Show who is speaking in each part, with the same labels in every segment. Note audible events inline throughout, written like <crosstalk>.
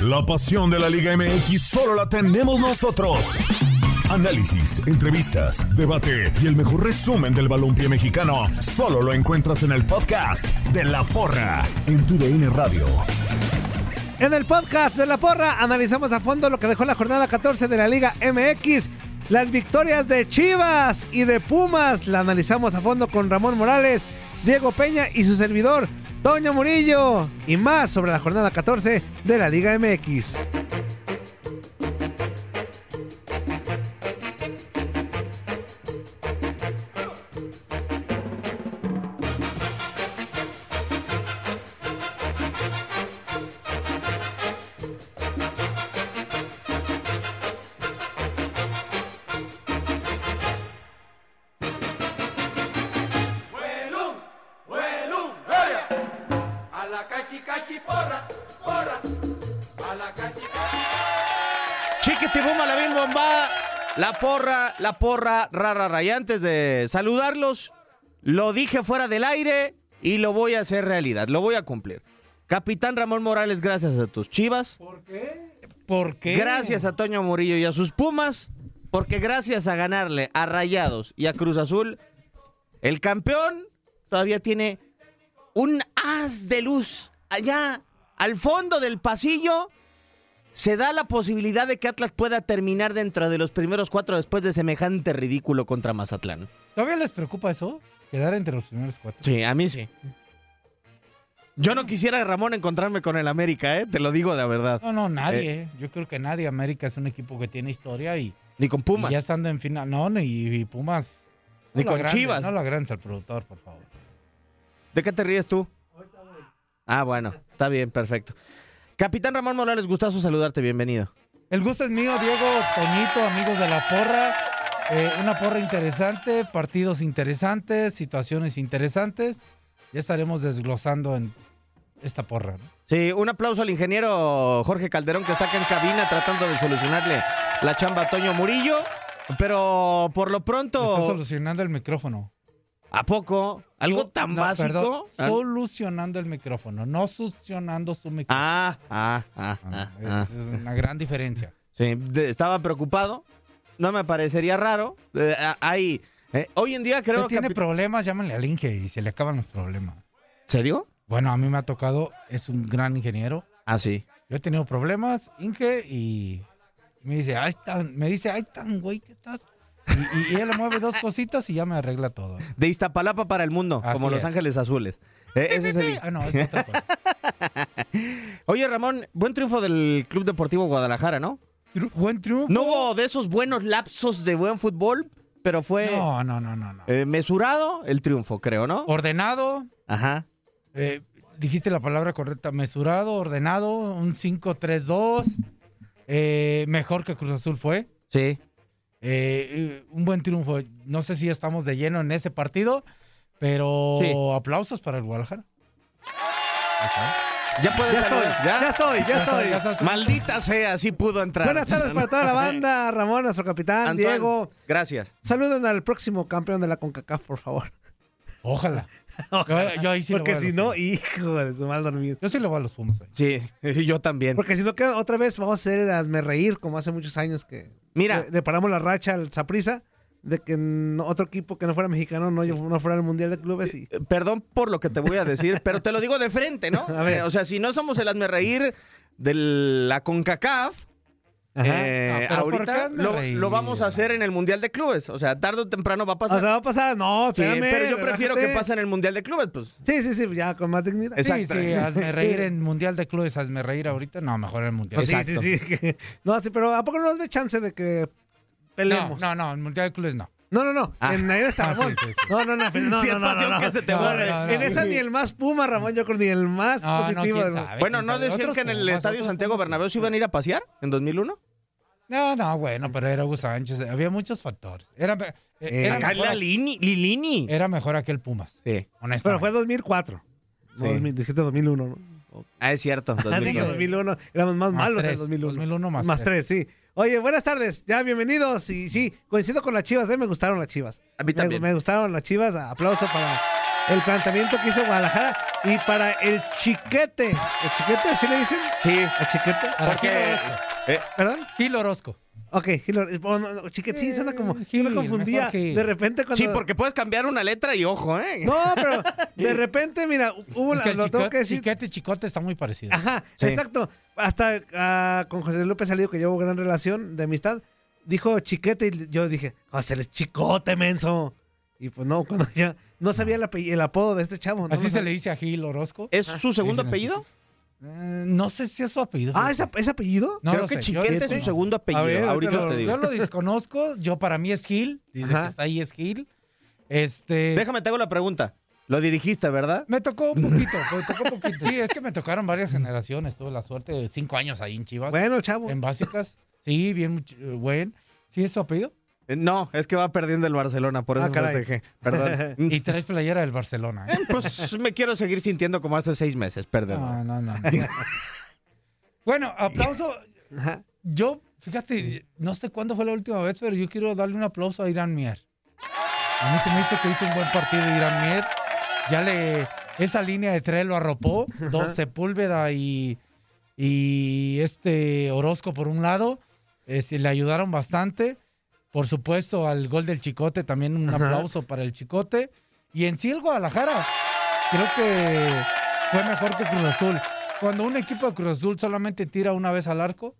Speaker 1: La pasión de la Liga MX solo la tenemos nosotros. Análisis, entrevistas, debate y el mejor resumen del balompié mexicano solo lo encuentras en el podcast de La Porra en tu DN Radio.
Speaker 2: En el podcast de La Porra analizamos a fondo lo que dejó la jornada 14 de la Liga MX, las victorias de Chivas y de Pumas, la analizamos a fondo con Ramón Morales, Diego Peña y su servidor, Toño Murillo, y más sobre la jornada 14 de la Liga MX.
Speaker 3: A la cachi cachi porra, porra. A la cachi
Speaker 4: Chiquitibuma, la bim bomba, la porra, la porra, rara, ra. Y antes de saludarlos, lo dije fuera del aire y lo voy a hacer realidad, lo voy a cumplir. Capitán Ramón Morales, gracias a tus chivas.
Speaker 5: ¿Por qué?
Speaker 4: Gracias a Toño Murillo y a sus pumas. Porque gracias a ganarle a Rayados y a Cruz Azul, el campeón todavía tiene un haz de luz allá al fondo del pasillo se da la posibilidad de que Atlas pueda terminar dentro de los primeros cuatro después de semejante ridículo contra Mazatlán.
Speaker 5: ¿Todavía les preocupa eso? Quedar entre los primeros cuatro.
Speaker 4: Sí, a mí sí. Yo no quisiera, Ramón, encontrarme con el América, ¿eh? te lo digo la verdad.
Speaker 5: No, no,
Speaker 4: Eh.
Speaker 5: nadie. eh. Yo creo que nadie. América es un equipo que tiene historia y,
Speaker 4: Ni con Pumas.
Speaker 5: y ya estando en final. No, no, y, y Pumas. No
Speaker 4: Ni
Speaker 5: lo
Speaker 4: con
Speaker 5: agrandes,
Speaker 4: Chivas.
Speaker 5: No lo agrandes al productor, por favor.
Speaker 4: ¿De qué te ríes tú? Ah, bueno, está bien, perfecto. Capitán Ramón Morales, gustazo saludarte, bienvenido.
Speaker 5: El gusto es mío, Diego Toñito, amigos de la porra. Eh, una porra interesante, partidos interesantes, situaciones interesantes. Ya estaremos desglosando en esta porra. ¿no?
Speaker 4: Sí, un aplauso al ingeniero Jorge Calderón que está acá en cabina tratando de solucionarle la chamba a Toño Murillo. Pero por lo
Speaker 5: Me Está
Speaker 4: pronto,
Speaker 5: solucionando el micrófono.
Speaker 4: ¿a poco? ¿Algo
Speaker 5: No,
Speaker 4: tan
Speaker 5: no, perdón,
Speaker 4: básico? Ah,
Speaker 5: solucionando el micrófono, no succionando su micrófono.
Speaker 4: Ah, ah, ah, ah, ah.
Speaker 5: Es una gran diferencia.
Speaker 4: Sí, de- estaba preocupado. No me parecería raro. Eh, ah, hay, eh, hoy en día creo
Speaker 5: Usted
Speaker 4: que...
Speaker 5: tiene problemas, llámenle al Inge y se le acaban los problemas.
Speaker 4: ¿Serio?
Speaker 5: Bueno, a mí me ha tocado, es un gran ingeniero.
Speaker 4: Ah, sí.
Speaker 5: Yo he tenido problemas, Inge, y me dice, ay, tan, me dice, ay, tan güey que estás. Y, y- y él le mueve dos cositas y ya me
Speaker 4: <laughs>
Speaker 5: arregla todo.
Speaker 4: De Iztapalapa para el mundo,
Speaker 5: Así
Speaker 4: como Los
Speaker 5: es.
Speaker 4: Ángeles Azules. Eh, ese es el...
Speaker 5: Ah, no, es otra cosa.
Speaker 4: Oye, Ramón, buen triunfo del Club Deportivo Guadalajara, ¿no?
Speaker 5: Tru- Buen triunfo.
Speaker 4: No hubo de esos buenos lapsos de buen fútbol, pero fue
Speaker 5: No, no, no, no. no.
Speaker 4: eh, mesurado el triunfo, creo, ¿no?
Speaker 5: Ordenado,
Speaker 4: Ajá.
Speaker 5: eh, dijiste la palabra correcta, mesurado, ordenado, un 5-3-2. eh, mejor que Cruz Azul fue.
Speaker 4: Sí.
Speaker 5: Eh, eh, un buen triunfo. No sé si estamos de lleno en ese partido, pero
Speaker 4: Sí.
Speaker 5: aplausos para el Guadalajara.
Speaker 4: Ya puedes
Speaker 2: Ya estoy,
Speaker 4: saludar,
Speaker 2: ya
Speaker 4: ¿ya?
Speaker 2: estoy, ya estoy.
Speaker 5: Ya estás-
Speaker 4: Maldita sea, así pudo entrar.
Speaker 2: Buenas tardes para toda la banda, Ramón, nuestro capitán,
Speaker 4: Antoine,
Speaker 2: Diego.
Speaker 4: Gracias.
Speaker 2: Saluden al próximo campeón de la CONCACAF, por favor.
Speaker 5: Ojalá. Yo, yo ahí sí le
Speaker 2: Porque
Speaker 5: voy a
Speaker 2: si
Speaker 5: los
Speaker 2: no,
Speaker 5: Pumas.
Speaker 2: hijo de su mal dormido.
Speaker 5: Yo sí le voy a los Pumas. ahí.
Speaker 4: Sí, <laughs> yo también.
Speaker 2: Porque si no, queda otra vez vamos a hacer el hazme reír, como hace muchos años que
Speaker 4: Mira.
Speaker 2: le, le paramos la racha al Zaprisa de que no- otro equipo que no fuera mexicano no, no fuera al Mundial de Clubes. Y,
Speaker 4: Eh, Perdón por lo que te voy a decir, pero te lo digo de frente, ¿no?
Speaker 2: <laughs> A ver.
Speaker 4: Eh, o sea, si no somos el hazme reír de la CONCACAF, eh,
Speaker 5: No, pero ¿por qué
Speaker 4: ahorita
Speaker 5: hazme
Speaker 4: lo,
Speaker 5: reír?
Speaker 4: lo vamos a hacer en el Mundial de Clubes. O sea, tarde o temprano va a pasar.
Speaker 2: o sea, va a pasar. No,
Speaker 4: Sí,
Speaker 2: espérame,
Speaker 4: pero yo prefiero que
Speaker 2: relájate.
Speaker 4: pase en el Mundial de Clubes, pues.
Speaker 2: Sí, sí, sí, ya con más dignidad.
Speaker 4: Exacto.
Speaker 5: Sí,
Speaker 2: <laughs>
Speaker 5: sí, hazme reír en Mundial de Clubes, hazme reír ahorita. No, mejor en el Mundial.
Speaker 2: No, Oh, sí,
Speaker 4: Exacto.
Speaker 2: sí, sí, que- no, sí, pero ¿a poco no nos ve chance de que
Speaker 5: No,
Speaker 2: peleemos?
Speaker 5: no, no, en Mundial de Clubes no.
Speaker 2: No, no, no.
Speaker 4: Ah.
Speaker 2: En Nayarit está
Speaker 5: Ah, sí,
Speaker 2: Ramón.
Speaker 5: sí, sí.
Speaker 2: No,
Speaker 4: <laughs>
Speaker 2: no, no. No,
Speaker 4: Si es
Speaker 2: no, no,
Speaker 4: pasión
Speaker 2: no, no.
Speaker 4: que se te
Speaker 2: No,
Speaker 4: borre.
Speaker 2: no, no. En esa ni el más puma, Ramón, yo creo, ni el más
Speaker 5: No, no,
Speaker 2: positivo. del-
Speaker 5: quién sabe,
Speaker 4: Bueno,
Speaker 5: quién
Speaker 4: ¿no
Speaker 5: sabe.
Speaker 4: decían
Speaker 5: Otros
Speaker 4: que en el
Speaker 5: Pumas,
Speaker 4: Estadio
Speaker 5: otros
Speaker 4: Santiago
Speaker 5: Pumas.
Speaker 4: Bernabéu se iban a ir a pasear en 2001?
Speaker 5: No, no, bueno, pero era Hugo Sánchez. Había muchos factores. Era, eh,
Speaker 2: Eh,
Speaker 5: era,
Speaker 4: Acá
Speaker 5: mejor,
Speaker 4: la Lini, Lilini.
Speaker 5: era mejor aquel Pumas,
Speaker 4: Sí.
Speaker 2: Pero
Speaker 5: honestamente.
Speaker 2: fue 2004. No,
Speaker 4: Sí.
Speaker 2: 2000, dijiste 2001, ¿no?
Speaker 4: Ah, es cierto.
Speaker 2: <laughs> Ah, dije
Speaker 4: 2002.
Speaker 2: 2001. Éramos más,
Speaker 5: Más
Speaker 2: malos en
Speaker 5: tres,
Speaker 2: 2001.
Speaker 5: 2001 más
Speaker 2: tres. sí. Oye, buenas tardes. Ya, bienvenidos. Y sí, coincido con las chivas. A mí me gustaron las chivas.
Speaker 4: A mí
Speaker 2: Me-
Speaker 4: también.
Speaker 2: Me, gustaron las chivas. Aplauso para el planteamiento que hizo Guadalajara y para el chiquete. ¿El chiquete? ¿Así le dicen?
Speaker 4: Sí.
Speaker 2: ¿El chiquete?
Speaker 5: Para Gil
Speaker 4: Porque-
Speaker 5: Orozco.
Speaker 4: eh,
Speaker 2: ¿Perdón?
Speaker 5: Gil Orozco.
Speaker 2: Ok, Gil Or- oh, no, no, chiquete, sí, suena como.
Speaker 5: Eh,
Speaker 2: yo me
Speaker 5: Gil,
Speaker 2: confundía.
Speaker 5: mejor Gil.
Speaker 2: De repente cuando.
Speaker 4: sí, porque puedes cambiar una letra y ojo, ¿eh?
Speaker 2: No, pero de repente, mira, hubo
Speaker 5: <laughs> Es
Speaker 2: la-
Speaker 5: que el
Speaker 2: lo tengo
Speaker 5: chicote,
Speaker 2: que decir. Ah,
Speaker 5: chiquete y chicote está muy parecido.
Speaker 2: Ajá,
Speaker 4: Sí.
Speaker 2: exacto. Hasta ah, con José López Salido, que llevo gran relación de amistad, dijo chiquete y yo dije, José, eres chicote, menso. Y pues no, <laughs> cuando ya no sabía el, ape- el apodo de este chavo. no
Speaker 5: Así
Speaker 2: lo
Speaker 5: se
Speaker 2: sabía.
Speaker 5: le dice a Gil Orozco.
Speaker 4: ¿Es su segundo
Speaker 5: dicen así.
Speaker 4: apellido?
Speaker 5: Eh, no sé si es su apellido.
Speaker 2: Ah, ¿es, ap- es apellido?
Speaker 5: No
Speaker 4: Creo
Speaker 5: lo
Speaker 4: que
Speaker 5: sé.
Speaker 4: Chiquete
Speaker 5: Yo-
Speaker 4: es su segundo apellido.
Speaker 2: A ver,
Speaker 4: ahorita
Speaker 2: ahorita
Speaker 4: te
Speaker 2: lo-
Speaker 4: digo.
Speaker 5: Yo lo desconozco. Yo para mí es Gil. Dice
Speaker 2: Ajá.
Speaker 5: que está ahí es Gil. Este.
Speaker 4: Déjame, te hago la pregunta. Lo dirigiste, ¿verdad?
Speaker 5: Me tocó un poquito, me tocó un poquito. Sí, es que me tocaron varias generaciones. Tuve la suerte de cinco años ahí en Chivas.
Speaker 2: Bueno, chavo.
Speaker 4: Em-,
Speaker 5: En básicas. Sí, bien, much- eh, buen. ¿Sí es su apellido?
Speaker 4: Eh, No, es que va perdiendo el Barcelona, por eso
Speaker 2: Ah, caray.
Speaker 4: festejé.
Speaker 2: <laughs>
Speaker 4: Perdón. Mm,
Speaker 5: Y traes playera del Barcelona. ¿eh?
Speaker 4: pues me quiero seguir sintiendo como hace seis meses,
Speaker 5: No,
Speaker 2: Ah,
Speaker 4: perdón.
Speaker 5: no, no. <laughs> bueno, aplauso. Yo, fíjate, no sé cuándo fue la última vez, pero yo quiero darle un aplauso a Irán Mier. A mí se me hizo que hizo un buen partido Irán Mier. Ya le. Esa línea de tres lo arropó. Dos Sepúlveda y. Y este Orozco por un lado. este, le ayudaron bastante. Por supuesto, al gol del Chicote también un aplauso para el Chicote. Y en sí el Guadalajara. Creo que fue mejor que Cruz Azul. Cuando un equipo de Cruz Azul solamente tira una vez al arco,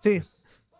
Speaker 2: Sí.
Speaker 4: pues.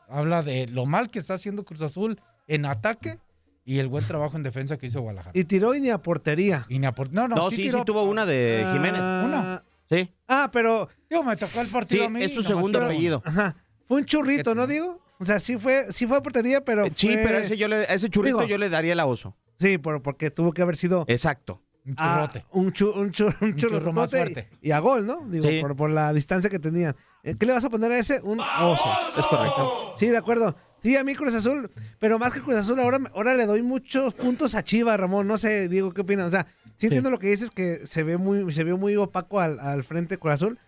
Speaker 5: habla de lo mal que está haciendo Cruz Azul en ataque y el buen trabajo en defensa que hizo Guadalajara.
Speaker 2: Y tiró y ni a portería.
Speaker 5: Y ni apor- no, no,
Speaker 4: No, sí, sí
Speaker 5: tiró.
Speaker 4: tuvo una de Eh, Jiménez.
Speaker 2: Ah,
Speaker 4: Sí.
Speaker 2: Ah, pero
Speaker 5: Digo, me tocó el partido
Speaker 4: Sí,
Speaker 5: a mí.
Speaker 4: es su
Speaker 5: nomás
Speaker 4: segundo
Speaker 5: tiraron.
Speaker 4: apellido.
Speaker 2: ajá, fue un churrito, ¿no digo? O sea, sí fue, sí fue a portería, pero.
Speaker 4: Eh, Sí,
Speaker 2: fue-
Speaker 4: pero ese, yo le, ese churrito
Speaker 2: Digo-
Speaker 4: yo le daría la oso.
Speaker 2: Sí, por- porque tuvo que haber sido.
Speaker 4: Exacto.
Speaker 5: Un
Speaker 2: Ah,
Speaker 5: churrote.
Speaker 2: un, chu- un, chu- un
Speaker 5: Un churro más
Speaker 2: churrotote
Speaker 5: fuerte.
Speaker 2: Y, y a gol, ¿no? Digo,
Speaker 4: Sí.
Speaker 2: por, por la distancia que tenían. Eh, ¿Qué le vas a poner a ese? Un oso.
Speaker 4: Es correcto.
Speaker 2: Sí, de acuerdo. Sí, a mí Cruz Azul, pero más que Cruz Azul, ahora, ahora le doy muchos puntos a Chivas, Ramón. No sé, Diego, ¿qué opinas? O sea, sí, entiendo lo que dices, que se ve muy, se vio muy opaco al, al frente Cruz Azul,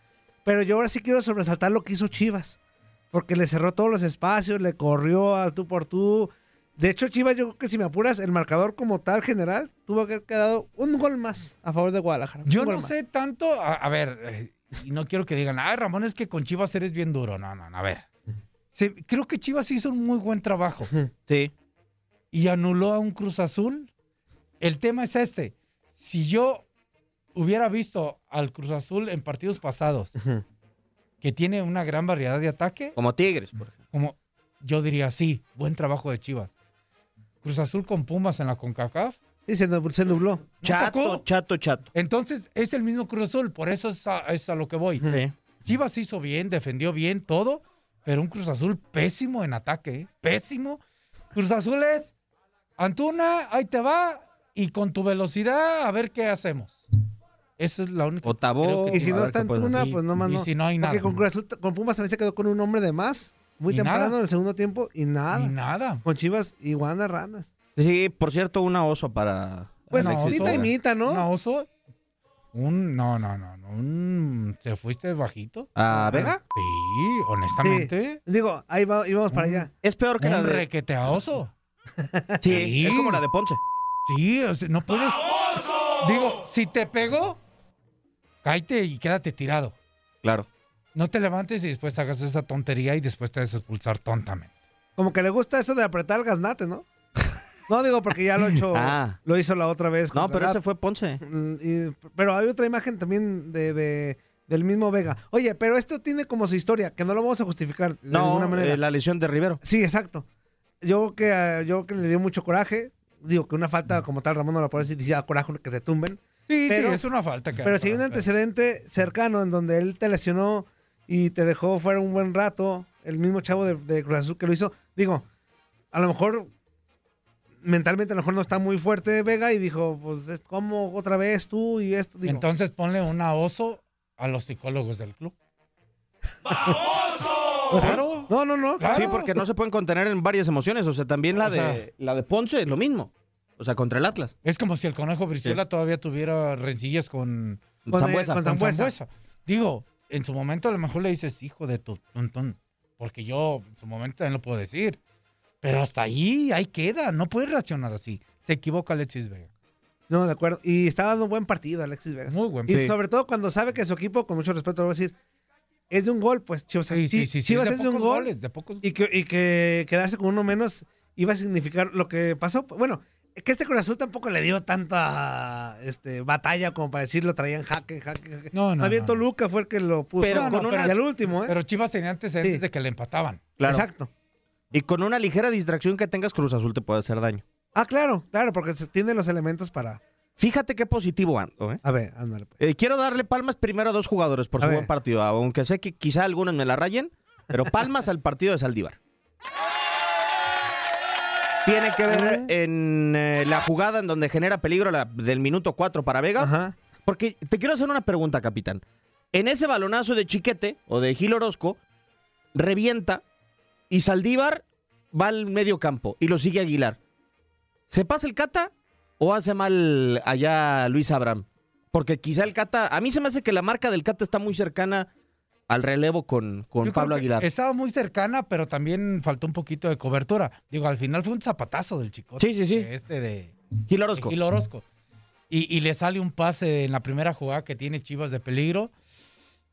Speaker 2: pero yo ahora sí quiero sobresaltar lo que hizo Chivas, porque le cerró todos los espacios, le corrió al tú por tú. De hecho, Chivas, yo creo que si me apuras, el marcador como tal general tuvo que haber quedado un gol más a favor de Guadalajara.
Speaker 5: Yo
Speaker 2: Un gol
Speaker 5: no
Speaker 2: más.
Speaker 5: sé tanto, a, a ver, eh, y no quiero que digan, ay Ramón, es que con Chivas eres bien duro. No, no, no, a ver. Se- creo que Chivas hizo un muy buen trabajo.
Speaker 4: Sí.
Speaker 5: y anuló a un Cruz Azul. El tema es este. Si yo hubiera visto al Cruz Azul en partidos pasados, que tiene una gran variedad de ataque,
Speaker 4: Como Tigres, por ejemplo.
Speaker 5: como yo diría, sí, buen trabajo de Chivas. Cruz Azul con Pumas en la CONCACAF. ¿no
Speaker 2: Sí, se, nub- se nubló.
Speaker 4: Chato,
Speaker 5: tocó?
Speaker 4: chato, chato.
Speaker 5: Entonces es el mismo Cruz Azul, por eso es a, es a lo que voy.
Speaker 4: Sí.
Speaker 5: Chivas hizo bien, defendió bien todo, pero un Cruz Azul pésimo en ataque, ¿eh? pésimo. Cruz Azul es Antuna, ahí te va y con tu velocidad a ver qué hacemos. Esa es la única.
Speaker 4: O Tabó.
Speaker 5: creo que-
Speaker 2: Y si
Speaker 4: A
Speaker 2: no
Speaker 4: ver
Speaker 2: está
Speaker 4: qué
Speaker 2: en
Speaker 4: puedes
Speaker 2: Tuna,
Speaker 5: hacer.
Speaker 2: pues no más
Speaker 5: Y
Speaker 2: no.
Speaker 5: si no hay
Speaker 2: Porque
Speaker 5: nada.
Speaker 2: con, Cruz Azul- con Pumas también se quedó con un hombre de más, muy
Speaker 5: Y
Speaker 2: temprano
Speaker 5: nada.
Speaker 2: en el segundo tiempo, y nada.
Speaker 5: Ni nada.
Speaker 2: Con Chivas, iguana, ranas.
Speaker 4: Sí, por cierto, una oso para.
Speaker 2: Pues
Speaker 5: No,
Speaker 4: Alexis
Speaker 5: oso.
Speaker 2: mitad
Speaker 4: Vega.
Speaker 2: y mitad, ¿no?
Speaker 5: Una oso. Un, no, no, no, no. Un, ¿Se fuiste bajito?
Speaker 4: ¿A Vega?
Speaker 5: Sí, honestamente.
Speaker 2: Digo, ahí va- íbamos para
Speaker 5: Mm.
Speaker 2: allá.
Speaker 4: Es peor que la
Speaker 5: Un
Speaker 4: de.
Speaker 5: requete a oso.
Speaker 4: Sí, es como la de Ponce.
Speaker 5: Sí, o sea, no puedes. Digo, si te pegó, cállate y quédate tirado.
Speaker 4: Claro.
Speaker 5: No te levantes y después hagas esa tontería y después te vas a expulsar tontamente.
Speaker 2: Como que le gusta eso de apretar el gaznate, ¿no? no digo porque ya lo
Speaker 5: <laughs>
Speaker 2: hecho,
Speaker 4: Ah.
Speaker 2: lo hizo la otra vez.
Speaker 4: No,
Speaker 2: contra
Speaker 4: pero
Speaker 2: Lat-
Speaker 4: ese fue Ponce.
Speaker 2: Mm, y- pero hay otra imagen también de, de- del mismo Vega. Oye, pero esto tiene como su historia, que no lo vamos a justificar de
Speaker 4: No,
Speaker 2: ninguna manera.
Speaker 4: eh, la lesión de Rivero.
Speaker 2: Sí, exacto. Yo que, eh, yo que le dio mucho coraje. Digo que una falta como tal, Ramón no la puede decir, dice, "Ah, coraje que te tumben.
Speaker 5: Sí,
Speaker 2: Pero-
Speaker 5: sí, es una falta. que-
Speaker 2: Pero si hay un antecedente cercano en donde él te lesionó y te dejó fuera un buen rato, el mismo chavo de, de Cruz Azul que lo hizo, digo, a lo mejor mentalmente a lo mejor no está muy fuerte Vega y dijo, pues, es como otra vez tú y esto? Digo,
Speaker 5: Entonces ponle una oso a los psicólogos del club.
Speaker 2: pues,
Speaker 5: claro.
Speaker 2: No, no, no.
Speaker 5: Claro.
Speaker 4: Sí, porque no se pueden contener en varias emociones. O sea, también la
Speaker 5: O
Speaker 4: de,
Speaker 5: sea-
Speaker 4: la de Ponce es lo mismo. O sea, contra el Atlas.
Speaker 5: Es como si el conejo Brizuela todavía tuviera rencillas con,
Speaker 2: Con-
Speaker 4: Sambuesa.
Speaker 2: con
Speaker 5: con
Speaker 2: Sambuesa.
Speaker 5: Sambuesa. Digo, en su momento a lo mejor le dices, hijo de tu tontón. Porque yo en su momento también lo puedo decir. Pero hasta ahí, ahí queda. No puedes reaccionar así. Se equivoca Alexis Vega.
Speaker 2: No, de acuerdo. Y está dando un buen partido Alexis Vega.
Speaker 5: Muy buen.
Speaker 2: Y
Speaker 5: Sí,
Speaker 2: sobre todo cuando sabe que su equipo, con mucho respeto lo voy a decir, es de un gol, pues Chivas,
Speaker 5: sí, sí.
Speaker 2: sí,
Speaker 5: sí,
Speaker 2: Chivas
Speaker 5: de
Speaker 2: es de un
Speaker 5: pocos
Speaker 2: gol
Speaker 5: goles, de pocos
Speaker 2: y que, y que quedarse con uno menos iba a significar lo que pasó. Bueno, que este Cruz Azul tampoco le dio tanta este, batalla como para decir lo traían jaque, jaque, jaque.
Speaker 5: No, no,
Speaker 2: Más bien
Speaker 5: no.
Speaker 2: Toluca fue el que lo puso.
Speaker 4: Pero
Speaker 2: No,
Speaker 4: con
Speaker 2: no,
Speaker 4: una-
Speaker 2: Y al último, ¿eh?
Speaker 5: Pero Chivas tenía antecedentes
Speaker 2: Sí.
Speaker 5: de que le empataban.
Speaker 4: Claro.
Speaker 2: Exacto.
Speaker 4: Y con una ligera distracción que tengas, Cruz Azul te puede hacer daño.
Speaker 2: Ah, claro, claro, porque se tiene los elementos para...
Speaker 4: Fíjate qué positivo ando, ¿eh?
Speaker 2: A ver, ándale. pues.
Speaker 4: Eh, quiero darle palmas primero a dos jugadores por
Speaker 2: A
Speaker 4: su
Speaker 2: ver.
Speaker 4: buen partido, aunque sé que quizá algunos me la rayen, pero
Speaker 2: <laughs>
Speaker 4: palmas al partido de Saldívar. Tiene que ver en eh, la jugada en donde genera peligro la- del minuto 4 para Vega.
Speaker 2: Ajá.
Speaker 4: Porque te quiero hacer una pregunta, capitán. En ese balonazo de Chiquete o de Gil Orozco, revienta y Saldívar va al medio campo y lo sigue Aguilar. ¿Se pasa el Cata o hace mal allá Luis Abraham? Porque quizá el Cata, a mí se me hace que la marca del Cata está muy cercana al relevo con, con
Speaker 5: Yo creo
Speaker 4: Pablo
Speaker 5: que
Speaker 4: Aguilar.
Speaker 5: Estaba muy cercana, pero también faltó un poquito de cobertura. Digo, al final fue un zapatazo del chico.
Speaker 4: Sí, sí, sí.
Speaker 5: Este de...
Speaker 4: Gil Orozco.
Speaker 5: Gil Orozco. Y, y le sale un pase en la primera jugada que tiene Chivas de peligro.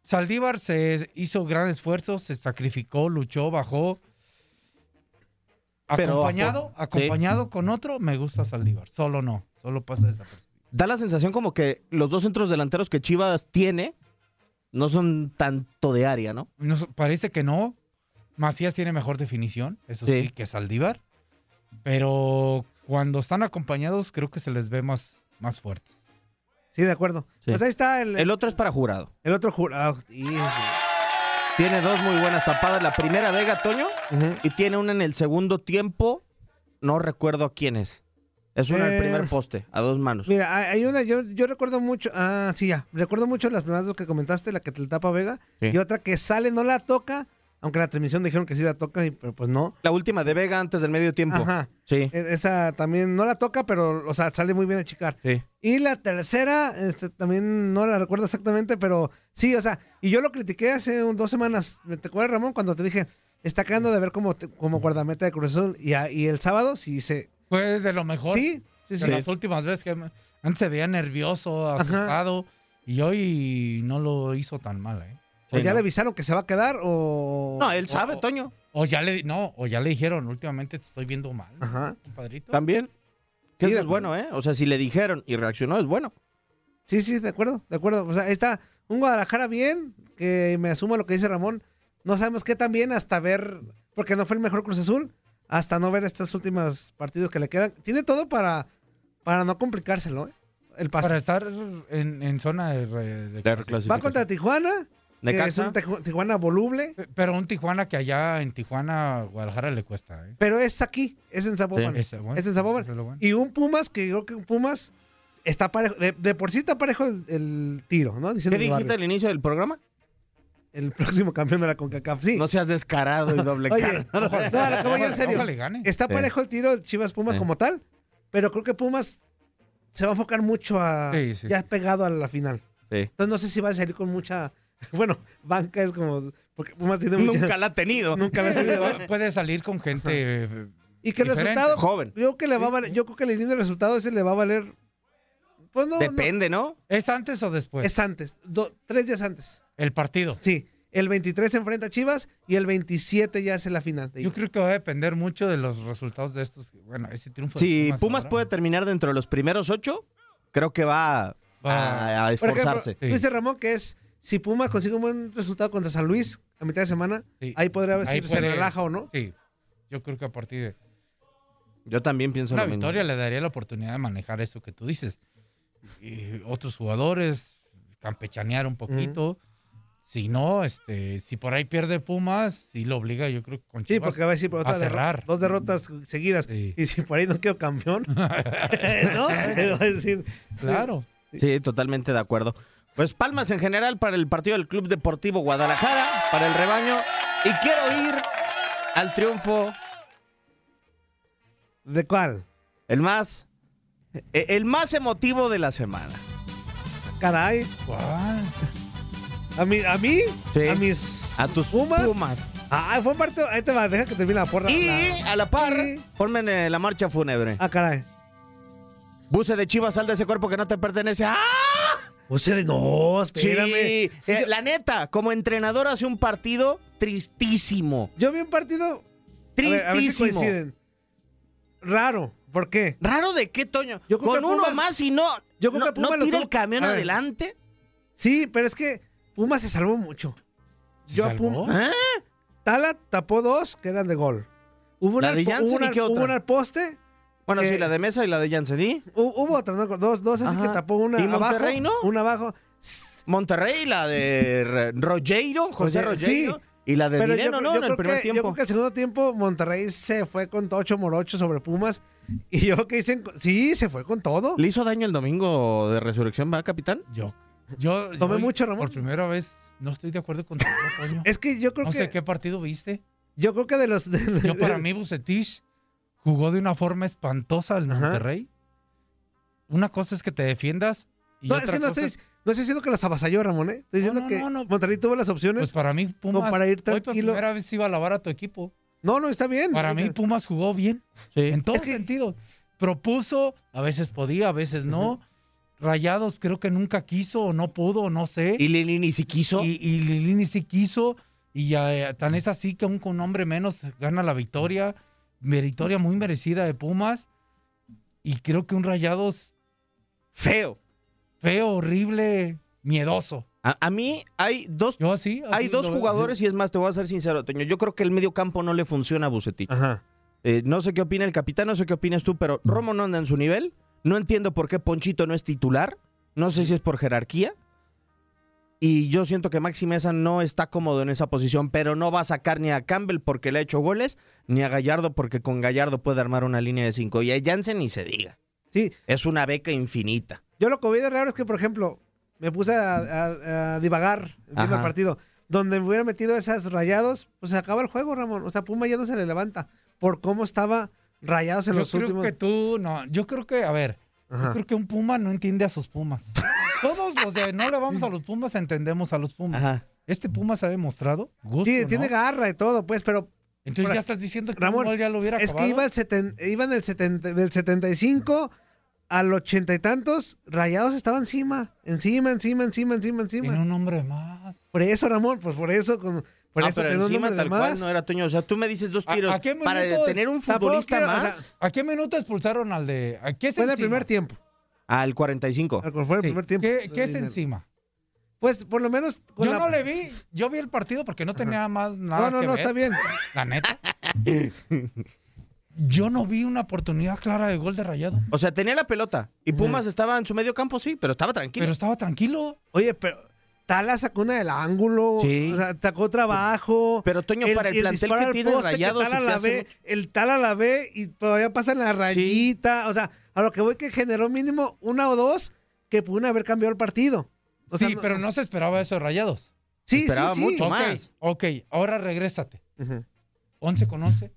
Speaker 5: Saldívar se hizo gran esfuerzo, se sacrificó, luchó, bajó.
Speaker 4: Pero bajó.
Speaker 5: Acompañado,
Speaker 4: Sí.
Speaker 5: acompañado con otro, me gusta Saldívar. Solo no, solo pasa desapercibido.
Speaker 4: Da la sensación como que los dos centros delanteros que Chivas tiene no son tanto de área, ¿no?
Speaker 5: No sé, parece que no. Macías tiene mejor definición, eso sí,
Speaker 4: Sí.
Speaker 5: que Saldívar. Pero cuando están acompañados, creo que se les ve más, más fuertes.
Speaker 2: Sí, de acuerdo.
Speaker 4: Sí.
Speaker 2: Pues ahí está el,
Speaker 4: El otro es para jurado.
Speaker 2: el otro jurado. Y-
Speaker 4: Tiene dos muy buenas tapadas. La primera Vega Toño
Speaker 2: Ujú.
Speaker 4: y tiene una en el segundo tiempo. No recuerdo a quién es. Es una
Speaker 2: Eh,
Speaker 4: al primer poste, a dos manos.
Speaker 2: Mira, hay- hay una, yo, yo recuerdo mucho, ah, sí, ya, recuerdo mucho las primeras dos que comentaste, la que te tapa Vega,
Speaker 4: Sí.
Speaker 2: y otra que sale, no la toca, aunque en la transmisión dijeron que sí la toca, y, pero pues no.
Speaker 4: La última de Vega antes del medio tiempo.
Speaker 2: Ajá.
Speaker 4: Sí.
Speaker 2: E- Esa también no la toca, pero, o sea, sale muy bien a chicar.
Speaker 4: Sí.
Speaker 2: Y la tercera, este, también no la recuerdo exactamente, pero sí, o sea, y yo lo critiqué hace un- dos semanas, ¿me- ¿te acuerdas, Ramón? Cuando te dije, está quedando de ver como, te- como guardameta de Cruz Azul, y, a- y el sábado sí se...
Speaker 5: Fue de lo mejor.
Speaker 2: Sí, sí,
Speaker 5: de
Speaker 2: sí.
Speaker 5: las últimas veces que me- antes se veía nervioso, asustado, y hoy no lo hizo tan mal, ¿eh?
Speaker 2: ¿O
Speaker 4: Sí,
Speaker 2: ya
Speaker 4: no.
Speaker 2: le avisaron que se va a quedar o...?
Speaker 4: No, él sabe,
Speaker 5: o-
Speaker 4: Toño.
Speaker 5: O ya le no, o ya le dijeron, últimamente te estoy viendo mal,
Speaker 2: Ajá.
Speaker 5: compadrito.
Speaker 4: También.
Speaker 2: Sí,
Speaker 4: Que eso
Speaker 2: de
Speaker 4: es bueno, ¿eh? O sea, si le dijeron y reaccionó, es bueno.
Speaker 2: Sí, sí, de acuerdo, de acuerdo. O sea, ahí está un Guadalajara bien, que me asumo lo que dice Ramón. No sabemos qué tan bien hasta ver, porque no fue el mejor Cruz Azul, hasta no ver estas últimas partidos que le quedan. Tiene todo para, para no complicárselo, ¿eh? El pase.
Speaker 5: Para estar en, en zona de, re- de-
Speaker 2: Va contra Tijuana, que es
Speaker 4: Necaxa.
Speaker 2: un Tiju- Tijuana voluble,
Speaker 5: Pe- Pero un Tijuana que allá en Tijuana, Guadalajara le cuesta, ¿eh?
Speaker 2: pero es aquí, es en Zapopan.
Speaker 5: Ese, bueno,
Speaker 2: Es en Zapopan.
Speaker 5: eso es lo bueno.
Speaker 2: Y un Pumas, que creo que un Pumas está parejo, de, de por sí está parejo el, el tiro, ¿no? Diciendo
Speaker 4: ¿Qué
Speaker 2: mi
Speaker 4: dijiste
Speaker 2: barrio.
Speaker 4: al inicio del programa?
Speaker 2: El próximo campeón de la CONCACAF, sí.
Speaker 4: No seas descarado y doble
Speaker 2: Oye, <laughs>
Speaker 4: cara.
Speaker 2: no, a lo que voy en
Speaker 5: Ojalá-
Speaker 2: serio.
Speaker 5: ojalá gane.
Speaker 2: Está
Speaker 4: Sí.
Speaker 2: parejo el tiro Chivas Pumas
Speaker 4: Sí.
Speaker 2: como tal, pero creo que Pumas se va a enfocar mucho a
Speaker 5: Sí, sí,
Speaker 2: ya
Speaker 5: sí.
Speaker 2: pegado a la final.
Speaker 4: Sí.
Speaker 2: Entonces no sé si va a salir con mucha <laughs> bueno, banca es como porque Pumas tiene mucha
Speaker 4: Nunca la ha tenido.
Speaker 2: nunca la ha tenido.
Speaker 5: Pu- Puede salir con gente eh,
Speaker 2: Y que el
Speaker 5: Diferente.
Speaker 2: resultado
Speaker 4: Joven.
Speaker 2: yo creo que le va a valer- yo creo que el lindo resultado ese le va a valer pues no, no,
Speaker 4: Depende, pues. ¿no?
Speaker 5: ¿Es antes o después?
Speaker 2: es antes, do- tres días antes.
Speaker 5: El partido.
Speaker 2: Sí, el 23 se enfrenta a Chivas y el 27 ya es la final.
Speaker 5: Yo creo que va a depender mucho de los resultados de estos. Bueno, ese triunfo. de
Speaker 4: Si Pumas
Speaker 5: Pues, ahora.
Speaker 4: puede terminar dentro de los primeros ocho, creo que va a,
Speaker 5: Va.
Speaker 4: a
Speaker 2: Por ejemplo,
Speaker 4: esforzarse.
Speaker 5: Sí.
Speaker 2: Dice Ramón que es, si Pumas consigue un buen resultado contra San Luis a mitad de semana,
Speaker 5: Sí.
Speaker 2: ahí podría ver
Speaker 5: Ahí
Speaker 2: si se
Speaker 5: puede-
Speaker 2: relaja o no.
Speaker 5: Sí. Yo creo que a partir de
Speaker 4: Yo también pienso
Speaker 5: una
Speaker 4: lo mismo.
Speaker 5: victoria le daría la oportunidad de manejar eso que tú dices. Y otros jugadores, campechanear un poquito. Si no, este, si por ahí pierde Pumas, sí lo obliga, yo creo que con
Speaker 2: Sí,
Speaker 5: Chivas.
Speaker 2: porque va a decir por
Speaker 5: a
Speaker 2: otra derro-
Speaker 5: cerrar.
Speaker 2: dos derrotas seguidas.
Speaker 5: Sí.
Speaker 2: Y si por ahí no quedo
Speaker 5: <laughs>
Speaker 2: campeón, <laughs> ¿no? Va a decir,
Speaker 5: Claro.
Speaker 4: Sí, totalmente de acuerdo. Pues palmas en general para el partido del Club Deportivo Guadalajara, para el rebaño. Y quiero ir al triunfo,
Speaker 2: ¿de cuál?
Speaker 4: el más, e- el más emotivo de la semana.
Speaker 2: Caray,
Speaker 5: ¿Cuál?
Speaker 2: a mí, a mí,
Speaker 4: Sí.
Speaker 2: a mis
Speaker 4: A tus
Speaker 2: Pumas.
Speaker 4: Pumas.
Speaker 2: Ah, fue parte, ahí te va, deja que termine la porra.
Speaker 4: Y
Speaker 2: La-
Speaker 4: a la par,
Speaker 2: Y-
Speaker 4: ponme en, eh, la marcha fúnebre.
Speaker 2: Ah, caray.
Speaker 4: Buce de Chivas, sal de ese cuerpo que no te pertenece. ¡Ah!
Speaker 2: Ustedes, no, espérame.
Speaker 4: Sí. Eh, la neta, como entrenador hace un partido tristísimo.
Speaker 2: Yo vi un partido a ver-
Speaker 4: Tristísimo.
Speaker 2: a ver si coinciden. Raro, ¿por qué?
Speaker 4: ¿Raro de qué, Toño?
Speaker 2: Yo creo
Speaker 4: Con
Speaker 2: que
Speaker 4: uno
Speaker 2: Pumas-
Speaker 4: más y no,
Speaker 2: Yo creo
Speaker 4: no,
Speaker 2: que Pumas
Speaker 4: no
Speaker 2: lo
Speaker 4: tira
Speaker 2: tuvo-
Speaker 4: el camión
Speaker 2: a ver.
Speaker 4: adelante.
Speaker 2: Sí, pero es que Puma se salvó mucho.
Speaker 5: ¿Se
Speaker 2: Yo a
Speaker 5: salvó?
Speaker 2: Puma-
Speaker 4: ¿Ah?
Speaker 2: Tala tapó dos que eran de gol. Hubo
Speaker 4: La
Speaker 2: una,
Speaker 4: de
Speaker 2: al,
Speaker 4: Jansen
Speaker 2: hubo
Speaker 4: y
Speaker 2: una-
Speaker 4: qué otra?
Speaker 2: hubo una al poste,
Speaker 4: Bueno,
Speaker 2: Eh,
Speaker 4: sí, la de Mesa y la de Janssen. ¿Y?
Speaker 2: hu- hubo otra, no, dos, dos así
Speaker 4: Ajá.
Speaker 2: que tapó una
Speaker 4: ¿Y
Speaker 2: abajo.
Speaker 4: Monterrey no?
Speaker 2: Una abajo.
Speaker 4: Monterrey, la de Re- Rogeiro, José
Speaker 2: Oye,
Speaker 4: Rogeiro.
Speaker 2: sí.
Speaker 4: Y la de
Speaker 2: Pero
Speaker 4: Dinero,
Speaker 2: yo,
Speaker 4: ¿no?
Speaker 2: yo
Speaker 4: en el
Speaker 2: creo
Speaker 4: primer
Speaker 2: que, yo
Speaker 4: tiempo.
Speaker 2: creo que el segundo tiempo Monterrey se fue con ocho morochos sobre Pumas. Y yo creo que dicen, sí, se fue con todo.
Speaker 4: ¿Le hizo daño el domingo de Resurrección, va, capitán?
Speaker 5: Yo. Yo.
Speaker 2: Tomé
Speaker 5: yo-
Speaker 2: mucho, Ramón.
Speaker 5: Por primera vez no estoy de acuerdo contigo, Toño.
Speaker 2: <laughs> Es que yo creo
Speaker 5: No
Speaker 2: que
Speaker 5: sé qué partido viste.
Speaker 2: <laughs> yo creo que de los de-
Speaker 5: Yo para mí Bucetich jugó de una forma espantosa al
Speaker 2: Ajá.
Speaker 5: Monterrey. Una cosa es que te defiendas y
Speaker 2: No, es
Speaker 5: otra
Speaker 2: que no
Speaker 5: cosa
Speaker 2: estoy,
Speaker 5: es-
Speaker 2: no estoy diciendo que los avasalló, Ramón, ¿eh? Estoy
Speaker 5: No,
Speaker 2: diciendo
Speaker 5: no,
Speaker 2: que
Speaker 5: no, no.
Speaker 2: Monterrey tuvo las opciones.
Speaker 5: pues para mí Pumas
Speaker 2: para ir
Speaker 5: hoy por
Speaker 2: tranquilo.
Speaker 5: primera vez iba a lavar a tu equipo.
Speaker 2: no, no, está bien.
Speaker 5: Para mí Pumas jugó bien
Speaker 4: Sí.
Speaker 5: en todo
Speaker 2: Es que-
Speaker 5: sentido. Propuso, a veces podía, a veces no. Rayados creo que nunca quiso o no pudo o no sé.
Speaker 4: Y Lili ni si quiso.
Speaker 5: Y, y Lilini sí quiso. Y ya, eh, tan es así que aún con un hombre menos gana la victoria. Victoria muy merecida de Pumas. Y creo que un Rayados
Speaker 4: Feo.
Speaker 5: feo, horrible, miedoso.
Speaker 4: A, a mí hay dos,
Speaker 5: Yo así. así
Speaker 4: hay dos
Speaker 5: lo veo.
Speaker 4: jugadores, y es más, te voy a ser sincero, Toño. Yo creo que el medio campo no le funciona a Bucetich.
Speaker 2: Ajá.
Speaker 4: Eh, no sé qué opina el capitán, no sé qué opinas tú, pero Romo no anda en su nivel. No entiendo por qué Ponchito no es titular. No sé si es por jerarquía. Y yo siento que Maxi Mesa no está cómodo en esa posición, pero no va a sacar ni a Campbell porque le ha hecho goles, ni a Gallardo porque con Gallardo puede armar una línea de cinco. Y a Jansen ni se diga.
Speaker 2: Sí,
Speaker 4: Es una beca infinita.
Speaker 2: yo lo que vi de raro es que, por ejemplo, me puse a, a- a divagar viendo el
Speaker 4: Ajá.
Speaker 2: partido. Donde me hubiera metido esas rayados, pues se acaba el juego, Ramón. O sea, Puma ya no se le levanta por cómo estaba rayados en
Speaker 5: Yo
Speaker 2: los
Speaker 5: creo
Speaker 2: últimos.
Speaker 5: que tú, no. Yo creo que, a ver,
Speaker 2: Ajá.
Speaker 5: yo creo que un Puma no entiende a sus Pumas.
Speaker 2: <laughs>
Speaker 5: Todos los de no le vamos a los Pumas entendemos a los Pumas.
Speaker 4: Ajá.
Speaker 5: Este Pumas ha demostrado gusto,
Speaker 2: Sí,
Speaker 5: ¿no?
Speaker 2: tiene garra y todo, pues, pero
Speaker 5: Entonces
Speaker 2: Ahora,
Speaker 5: ya estás diciendo que un
Speaker 2: Ramón,
Speaker 5: gol ya lo hubiera
Speaker 2: Es que
Speaker 5: acabado.
Speaker 2: iba, al seten- iba en el 70 del 75 al ochenta y tantos, Rayados estaba encima, encima, encima, encima, encima, encima.
Speaker 5: Tiene un hombre más.
Speaker 2: Por eso, Ramón, pues por eso, con- por
Speaker 4: Ah,
Speaker 2: eso
Speaker 4: pero
Speaker 2: tenía un
Speaker 4: encima
Speaker 2: nombre de
Speaker 4: tal cual
Speaker 2: más.
Speaker 4: no era Toño. O sea, tú me dices dos
Speaker 5: ¿A-
Speaker 4: tiros.
Speaker 5: a qué
Speaker 4: para
Speaker 5: minuto?
Speaker 4: tener un
Speaker 2: Tampoco
Speaker 4: futbolista
Speaker 2: quiero- o
Speaker 4: más
Speaker 2: sea,
Speaker 5: ¿A qué minuto expulsaron al de.? ¿A qué es
Speaker 2: fue en el
Speaker 5: encima?
Speaker 2: primer tiempo.
Speaker 4: al 45.
Speaker 2: al cual Fue el
Speaker 5: Sí.
Speaker 2: primer tiempo.
Speaker 5: ¿Qué, qué es encima?
Speaker 2: Pues por lo menos. con
Speaker 5: Yo
Speaker 2: la-
Speaker 5: no le vi. Yo vi el partido porque no tenía más nada.
Speaker 2: No, no,
Speaker 5: que
Speaker 2: no,
Speaker 5: ver,
Speaker 2: está bien.
Speaker 5: La neta. Yo no vi una oportunidad clara de gol de rayado.
Speaker 4: O sea, tenía la pelota. Y Pumas estaba en su medio campo, sí, pero estaba tranquilo.
Speaker 5: Pero estaba tranquilo.
Speaker 2: Oye, pero Tala sacó una del ángulo,
Speaker 4: Sí.
Speaker 2: o sea, atacó trabajo.
Speaker 4: Pero, Toño, para el plantel
Speaker 2: disparo
Speaker 4: que
Speaker 2: al
Speaker 4: tiene
Speaker 2: poste
Speaker 4: Rayados,
Speaker 2: Tala
Speaker 4: se te
Speaker 2: la
Speaker 4: hace
Speaker 2: ve,
Speaker 4: mucho.
Speaker 2: el Tala la ve y todavía pasa en la rayita. O sea, a lo que voy que generó mínimo una o dos que pudieron haber cambiado el partido. O sea,
Speaker 5: sí, pero no se esperaba eso de rayados.
Speaker 2: Sí, sí,
Speaker 4: esperaba
Speaker 2: sí.
Speaker 4: mucho.
Speaker 5: Ok,
Speaker 4: más.
Speaker 5: ok. Ahora regrésate.
Speaker 2: Ujú.
Speaker 5: 11 con 11.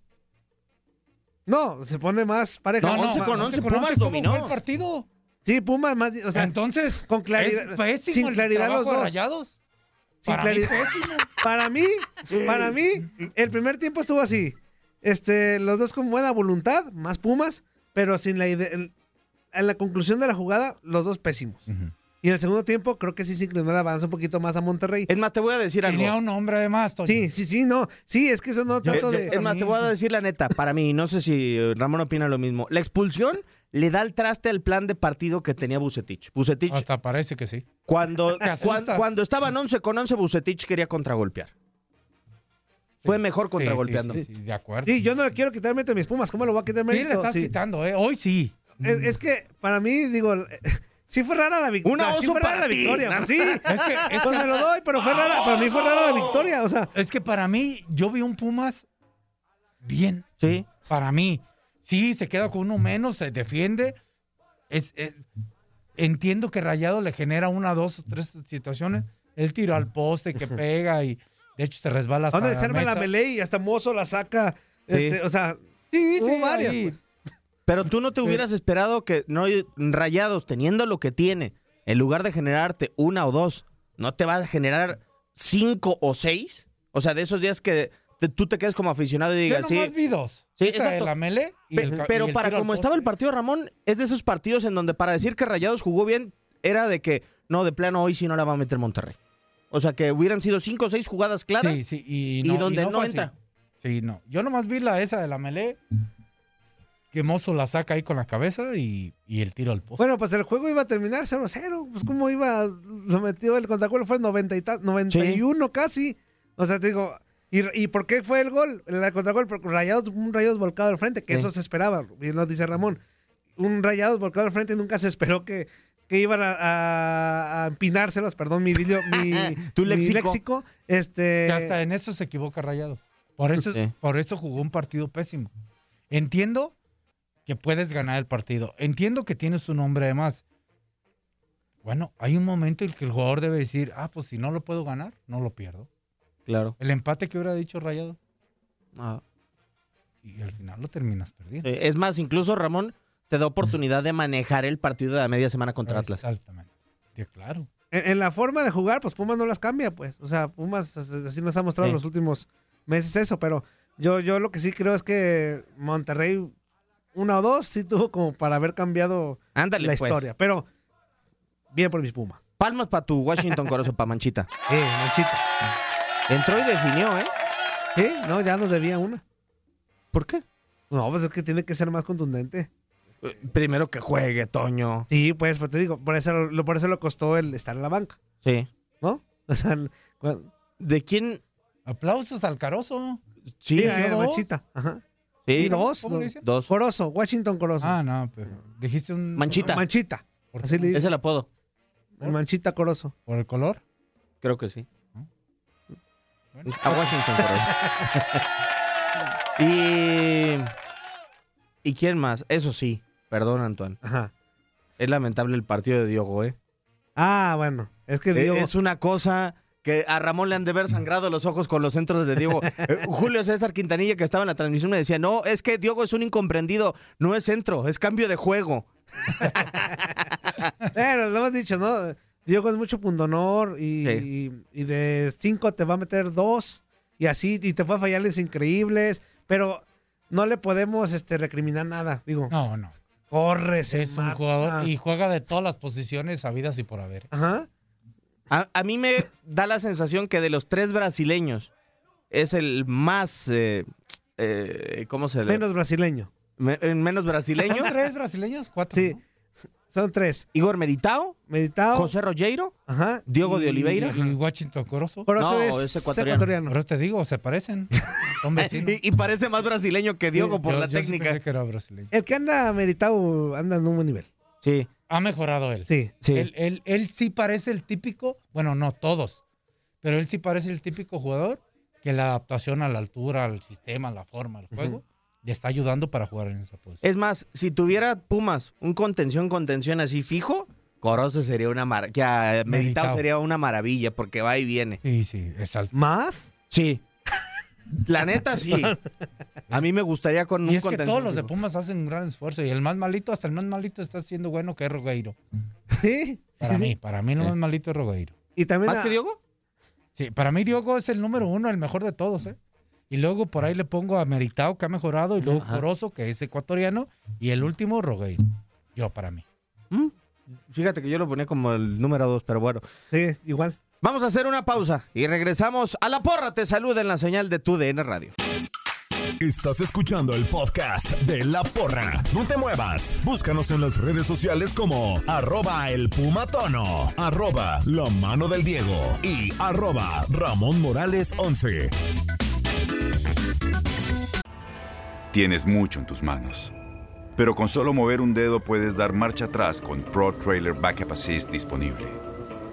Speaker 2: No, se pone más pareja.
Speaker 4: No,
Speaker 2: Más-
Speaker 4: 11 con
Speaker 2: más-
Speaker 4: 11, Pumas
Speaker 5: ¿cómo
Speaker 4: dominó.
Speaker 5: fue el partido?
Speaker 2: Sí, Puma más. O sea,
Speaker 5: Entonces,
Speaker 2: con claridad-
Speaker 5: es pésimo
Speaker 2: sin
Speaker 5: el
Speaker 2: claridad
Speaker 5: trabajo
Speaker 2: los
Speaker 5: de
Speaker 2: dos.
Speaker 5: rayados.
Speaker 2: sin
Speaker 5: Para mí,
Speaker 2: claridad.
Speaker 5: pésimo.
Speaker 2: Para mí, para mí, el primer tiempo estuvo así. Este, los dos con buena voluntad, más Pumas, pero sin la idea. el- En la conclusión de la jugada, los dos pésimos. Y en el segundo tiempo, creo que sí se inclinó el avance un poquito más a Monterrey.
Speaker 4: Es más, te voy a decir
Speaker 5: Tenía
Speaker 4: algo.
Speaker 5: un hombre además, Toño.
Speaker 2: Sí, sí, sí, no. Sí, es que eso no
Speaker 4: Eh,
Speaker 2: trato
Speaker 4: yo-
Speaker 2: de.
Speaker 4: es más, te voy a decir la neta. Para mí, no sé si eh, Ramón opina lo mismo. La expulsión le da el traste al plan de partido que tenía Bucetich. Bucetich,
Speaker 5: Hasta parece que sí.
Speaker 4: cuando,
Speaker 5: <laughs> Te asustas.
Speaker 4: cuando, cuando estaban 11 con 11, Bucetich quería contragolpear. Fue mejor contragolpeando.
Speaker 5: Sí, sí, sí, de acuerdo.
Speaker 2: Sí, yo no le quiero quitar mérito a mis Pumas. ¿Cómo lo voy a quitar
Speaker 5: Sí, le
Speaker 2: mérito?
Speaker 5: estás
Speaker 2: Sí.
Speaker 5: quitando, ¿eh? Hoy sí.
Speaker 2: Es, es que para mí, digo, <laughs> Sí fue rara la victoria.
Speaker 4: Una
Speaker 2: sí
Speaker 4: oso
Speaker 2: fue rara
Speaker 4: para
Speaker 2: la
Speaker 4: ti.
Speaker 2: victoria.
Speaker 4: No, <laughs>
Speaker 2: pues sí.
Speaker 5: Es que, es
Speaker 2: Pues me lo doy, pero fue rara. Para mí fue rara la victoria. O sea,
Speaker 5: Es que para mí, yo vi un Pumas bien.
Speaker 4: Sí.
Speaker 5: Para mí. Sí, se queda con uno menos, se defiende. Es, es- entiendo que Rayado le genera una, dos, tres situaciones. Él tiro al
Speaker 4: <laughs>
Speaker 5: poste que pega y de hecho se resbala hasta
Speaker 2: ¿dónde se arma
Speaker 5: mesa.
Speaker 2: la melee y hasta Mozo la saca?
Speaker 4: Sí.
Speaker 2: Este, o sea,
Speaker 5: Sí,
Speaker 2: Hubo
Speaker 5: sí,
Speaker 2: varias,
Speaker 5: ahí.
Speaker 2: pues.
Speaker 4: Pero tú no te hubieras esperado que no Rayados teniendo lo que tiene, en lugar de generarte una o dos, no te vas a generar cinco o seis. O sea, de esos días que te- tú te quedas como aficionado y
Speaker 5: Yo
Speaker 4: digas,
Speaker 5: nomás
Speaker 4: sí.
Speaker 5: vi dos.
Speaker 4: Sí,
Speaker 5: Esa de
Speaker 4: exacto.
Speaker 5: la mele y
Speaker 4: Pe-
Speaker 5: el ca-
Speaker 4: pero
Speaker 5: y el
Speaker 4: para
Speaker 5: tiro al
Speaker 4: como estaba el
Speaker 5: poste.
Speaker 4: partido, Ramón, es de esos partidos en donde para decir que Rayados jugó bien era de que no, de plano hoy sí no la va a meter Monterrey. O sea, que hubieran sido cinco o seis jugadas claras.
Speaker 5: Sí, sí, y,
Speaker 4: y
Speaker 5: no,
Speaker 4: donde no
Speaker 5: fue así.
Speaker 4: entra.
Speaker 5: Sí, no. Yo nomás vi la esa de la melee. Que Mozo la saca ahí con la cabeza y, y el tiro al poste.
Speaker 2: bueno, pues el juego iba a terminar 0-0. Pues cómo iba, lo metió el contragol, fue el 90 y ta- 91 casi. O sea, te digo, ¿y, y por qué fue el gol? El contragol, porque rayados, un rayados volcado al frente, que
Speaker 4: Sí.
Speaker 2: eso se esperaba, bien lo dice Ramón. Un rayados volcado al frente nunca se esperó que, que iban a, a- a empinárselos, perdón, mi, video, mi,
Speaker 4: Tu
Speaker 2: mi
Speaker 4: léxico.
Speaker 2: Este,
Speaker 5: Que hasta en eso se equivoca Rayados. Por eso,
Speaker 4: Sí.
Speaker 5: por eso jugó un partido pésimo. Entiendo que puedes ganar el partido. Entiendo que tienes un hombre de más. Bueno, hay un momento en que el jugador debe decir, ah, pues si no lo puedo ganar, no lo pierdo.
Speaker 4: Claro.
Speaker 5: El empate que hubiera dicho Rayados.
Speaker 4: Ah.
Speaker 5: Y al final lo terminas perdiendo.
Speaker 4: Eh, Es más, incluso Ramón te da oportunidad de manejar el partido de la media semana contra Atlas.
Speaker 5: Exactamente. Sí, claro.
Speaker 2: en, en la forma de jugar, pues Pumas no las cambia, pues. O sea, Pumas as- así nos ha mostrado
Speaker 4: Sí.
Speaker 2: los últimos meses eso, pero yo, yo lo que sí creo es que Monterrey, una o dos, sí tuvo como para haber cambiado
Speaker 4: Ándale,
Speaker 2: la
Speaker 4: pues.
Speaker 2: historia. Pero bien por mis Pumas.
Speaker 4: Palmas para tu Washington Corozo, para Manchita.
Speaker 2: Eh, manchita.
Speaker 4: Entró y definió, ¿eh?
Speaker 2: Sí, no, ya nos debía una.
Speaker 4: ¿Por qué?
Speaker 2: No, pues es que tiene que ser más contundente.
Speaker 4: Eh, Primero que juegue, Toño.
Speaker 2: Sí, pues, pero te digo, por eso lo, por eso lo costó el estar en la banca,
Speaker 4: Sí.
Speaker 2: ¿no? <laughs> O sea, el- cuan-
Speaker 4: ¿De quién?
Speaker 5: Aplausos al Carozo.
Speaker 4: Sí.
Speaker 2: diga, eh,
Speaker 5: ¿no?
Speaker 2: manchita. Ajá.
Speaker 4: Sí.
Speaker 2: Y dos.
Speaker 5: ¿Cómo
Speaker 2: no.
Speaker 5: le dicen?
Speaker 4: Dos.
Speaker 2: Corozo, Washington Corozo.
Speaker 5: Ah, no, pero dijiste un...
Speaker 4: Manchita.
Speaker 2: Manchita.
Speaker 5: ¿Por,
Speaker 2: Así le
Speaker 4: Es el apodo.
Speaker 2: El Manchita Corozo.
Speaker 5: por el color.
Speaker 4: Creo que sí.
Speaker 5: Bueno.
Speaker 4: A Washington Corozo. y... ¿Y quién más? Eso sí. Perdón, Antoine.
Speaker 2: Ajá.
Speaker 4: Es lamentable el partido de Diogo, ¿eh?
Speaker 2: Ah, bueno. Es que
Speaker 4: Eh,
Speaker 2: Diego.
Speaker 4: Es una cosa que a Ramón le han de ver sangrado los ojos con los centros de
Speaker 5: <laughs>
Speaker 4: Diego. Eh, Julio César Quintanilla, que estaba en la transmisión, me decía, no, es que Diego es un incomprendido, no es centro, es cambio de juego.
Speaker 2: Pero lo hemos dicho, ¿no? Diego es mucho pundonor y, y, y de cinco te va a meter dos y así, y te puede fallar los increíbles, pero no le podemos este, recriminar nada. Digo,
Speaker 5: No, no.
Speaker 2: corre, se
Speaker 5: Es un
Speaker 2: mata.
Speaker 5: jugador y juega de todas las posiciones habidas y por haber.
Speaker 2: Ajá.
Speaker 4: A, a mí me da la sensación que de los tres brasileños es el más, eh, eh, ¿cómo se le?
Speaker 2: Menos brasileño.
Speaker 4: me- eh, menos
Speaker 5: <laughs>
Speaker 4: brasileño.
Speaker 5: ¿Son tres brasileños? Cuatro.
Speaker 2: Sí.
Speaker 5: ¿no?
Speaker 2: Son tres.
Speaker 4: Igor Meritao,
Speaker 2: Meditado.
Speaker 4: José Rogueiro.
Speaker 2: Ajá.
Speaker 4: Diego de
Speaker 2: y-
Speaker 4: Oliveira.
Speaker 5: Y, y Washington Corozo.
Speaker 2: Corozo
Speaker 4: No,
Speaker 2: es,
Speaker 4: es ecuatoriano.
Speaker 2: ecuatoriano.
Speaker 5: Pero te digo,
Speaker 4: <laughs>
Speaker 5: se parecen. Son vecinos.
Speaker 4: Y, y parece más brasileño que Diego por
Speaker 5: Yo-
Speaker 4: la
Speaker 5: yo sí
Speaker 4: técnica.
Speaker 5: pensé que era brasileño.
Speaker 2: El que anda meditado anda en un buen nivel.
Speaker 4: Sí,
Speaker 5: Ha mejorado él.
Speaker 2: Sí.
Speaker 4: sí.
Speaker 5: Él, él- él sí parece el típico, bueno, no todos, pero él sí parece el típico jugador que la adaptación a la altura, al sistema, a la forma, al juego, le está ayudando para jugar en esa posición.
Speaker 4: Es más, si tuviera Pumas un contención, contención así fijo, Corozo sería una maravilla. Meditado
Speaker 5: Meritao.
Speaker 4: sería una maravilla porque va y viene.
Speaker 5: Sí, sí, es alto.
Speaker 2: ¿Más?
Speaker 4: Sí. <laughs> La neta,
Speaker 5: <laughs>
Speaker 4: sí. A mí me gustaría con un
Speaker 5: Y es que
Speaker 4: contención
Speaker 5: todos los de
Speaker 4: fijo.
Speaker 5: Pumas hacen un gran esfuerzo y el más malito, hasta el más malito está siendo bueno que es Rogueiro.
Speaker 2: Sí.
Speaker 5: Para
Speaker 2: sí, sí.
Speaker 5: mí, para mí el más malito es Rogueiro.
Speaker 2: Y también
Speaker 4: ¿Más
Speaker 2: a-
Speaker 4: que Diogo?
Speaker 5: Sí, para mí Diogo es el número uno, el mejor de todos, ¿eh? Y luego por ahí le pongo a Meritao, que ha mejorado, y luego
Speaker 4: Ajá.
Speaker 5: Corozo, que es ecuatoriano, y el último, Rogueiro. Yo, para mí.
Speaker 4: Mm. Fíjate que yo lo ponía como el número dos, pero bueno.
Speaker 2: Sí, igual.
Speaker 4: Vamos a hacer una pausa y regresamos a La Porra. Te saluda en la señal de tu DN Radio.
Speaker 1: Estás escuchando el podcast de La Porra. No te muevas. Búscanos en las redes sociales como arroba el pumatono, arroba la mano del Diego y arroba Ramón Morales 11.
Speaker 6: Tienes mucho en tus manos. Pero con solo mover un dedo puedes dar marcha atrás con Pro Trailer Backup Assist disponible.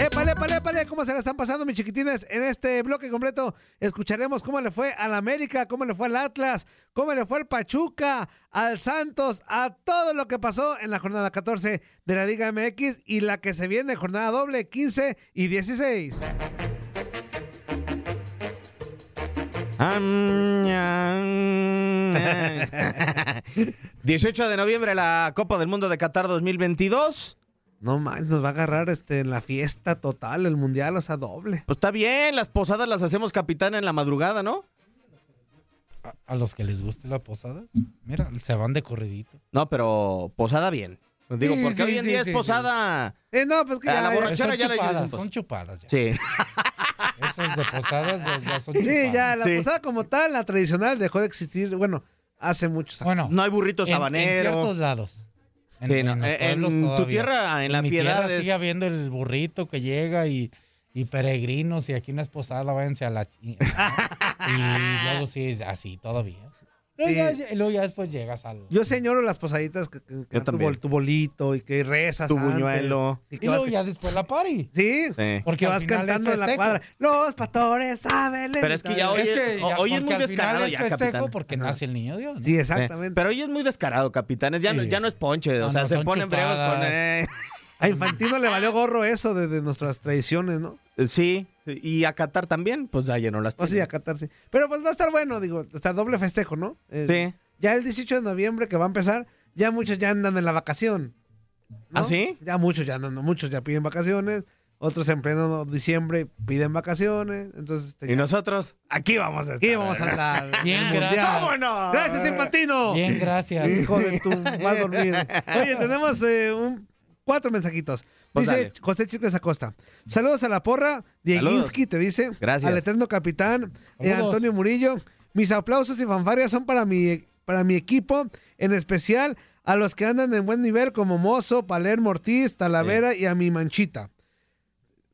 Speaker 2: Épale, épale, épale, ¿cómo se la están pasando, mis chiquitines? En este bloque completo escucharemos cómo le fue al América, cómo le fue al Atlas, cómo le fue al Pachuca, al Santos, a todo lo que pasó en la jornada 14 de la Liga MX y la que se viene, jornada doble, 15 y 16.
Speaker 4: Am, am, am. <laughs> 18 de noviembre la Copa del Mundo de Qatar 2022.
Speaker 2: No más, nos va a agarrar este, la fiesta total, el mundial, o sea, doble.
Speaker 4: Pues está bien, las posadas las hacemos capitán en la madrugada, ¿no?
Speaker 5: A, a los que les guste la posada, mira, se van de corridito.
Speaker 4: No, pero posada bien. Pues Digo,
Speaker 5: Sí,
Speaker 4: porque
Speaker 5: sí,
Speaker 4: hoy en
Speaker 5: sí,
Speaker 4: día es
Speaker 5: sí,
Speaker 4: posada.
Speaker 2: Eh, no, pues que
Speaker 4: Ah,
Speaker 2: ya,
Speaker 4: la
Speaker 2: ya-
Speaker 4: borrachera. Chara,
Speaker 5: son
Speaker 4: ya la
Speaker 5: chupadas,
Speaker 4: llevas, pues.
Speaker 5: son chupadas ya.
Speaker 4: Sí.
Speaker 5: Esas de posadas ya, ya son chupadas.
Speaker 2: Sí, ya, la
Speaker 4: Sí.
Speaker 2: posada como tal, la tradicional, dejó de existir, bueno, hace muchos años.
Speaker 5: Bueno,
Speaker 4: No hay burritos
Speaker 5: en- en,
Speaker 4: habanero.
Speaker 5: ciertos lados.
Speaker 4: Sí, no,
Speaker 5: los
Speaker 4: eh, en
Speaker 5: pueblos
Speaker 4: tu
Speaker 5: todavía.
Speaker 4: tierra, en la
Speaker 5: mi
Speaker 4: Piedad
Speaker 5: tierra
Speaker 4: es- eh,
Speaker 5: sigue habiendo el burrito que llega y, y peregrinos y aquí no es posada, váyanse a
Speaker 4: <laughs>
Speaker 5: la chingada. y luego sí es así todavía. Luego,
Speaker 2: Sí.
Speaker 5: ya, y luego ya después llegas al...
Speaker 2: Yo señoro las posaditas que, que- que
Speaker 4: Yo
Speaker 2: tu
Speaker 4: también.
Speaker 2: bol- tu bolito y que rezas.
Speaker 4: Tu
Speaker 2: antes,
Speaker 4: buñuelo.
Speaker 2: Y
Speaker 5: y
Speaker 2: que vas,
Speaker 5: luego ya después la party.
Speaker 2: sí,
Speaker 4: Sí.
Speaker 2: porque
Speaker 5: al
Speaker 2: vas
Speaker 5: final
Speaker 2: cantando
Speaker 5: es
Speaker 2: en la
Speaker 5: festejo.
Speaker 2: cuadra. Los pastores saben.
Speaker 4: Pero es que ya
Speaker 2: lentar".
Speaker 4: hoy
Speaker 5: Es que
Speaker 4: o-
Speaker 5: ya-
Speaker 4: hoy es
Speaker 5: porque
Speaker 4: muy
Speaker 5: al final
Speaker 4: descarado
Speaker 5: es
Speaker 4: ya,
Speaker 5: festejo
Speaker 4: capitán.
Speaker 5: porque
Speaker 2: Ajá.
Speaker 5: nace el niño Dios. ¿no?
Speaker 2: Sí,
Speaker 4: Eh,
Speaker 2: exactamente.
Speaker 4: Pero hoy es muy descarado, capitanes. Ya, no,
Speaker 5: Sí.
Speaker 4: ya no es ponche. o
Speaker 5: Ah,
Speaker 4: sea,
Speaker 5: no,
Speaker 4: se
Speaker 5: son
Speaker 4: ponen brevos con.
Speaker 5: chupadas.
Speaker 2: A Infantino le valió gorro eso de, de nuestras tradiciones, ¿no?
Speaker 4: eh, sí. Y a Qatar también, pues ya no las
Speaker 2: O sea, y
Speaker 4: tiene.
Speaker 2: acatarse. Pero pues va a estar bueno, digo, hasta doble festejo, ¿no? Eh,
Speaker 4: Sí.
Speaker 2: Ya el 18 de noviembre que va a empezar, ya muchos ya andan en la vacación. ¿no?
Speaker 4: ¿Ah, sí?
Speaker 2: Ya muchos ya andan, muchos ya piden vacaciones. Otros en pleno diciembre piden vacaciones. Entonces, este,
Speaker 4: Y
Speaker 2: ya-
Speaker 4: nosotros, aquí vamos a estar.
Speaker 2: Aquí vamos a
Speaker 4: <laughs>
Speaker 2: andar. en el
Speaker 5: Bien,
Speaker 2: mundial.
Speaker 5: gracias.
Speaker 4: ¡Vámonos!
Speaker 2: Gracias, Infantino.
Speaker 4: <laughs>
Speaker 5: Bien, gracias.
Speaker 2: Hijo de tu mal dormido. Oye, tenemos eh, un- cuatro mensajitos.
Speaker 4: Pues
Speaker 2: dice
Speaker 4: dale.
Speaker 2: José Chicles Acosta. Saludos a la porra. Dieguinski te dice.
Speaker 4: Gracias.
Speaker 2: Al eterno capitán eh,
Speaker 5: Saludos.
Speaker 2: Antonio Murillo. Mis aplausos y fanfarias son para mi, para mi equipo, en especial a los que andan en buen nivel como Mozo, Palermo Ortiz, Talavera y a mi Manchita.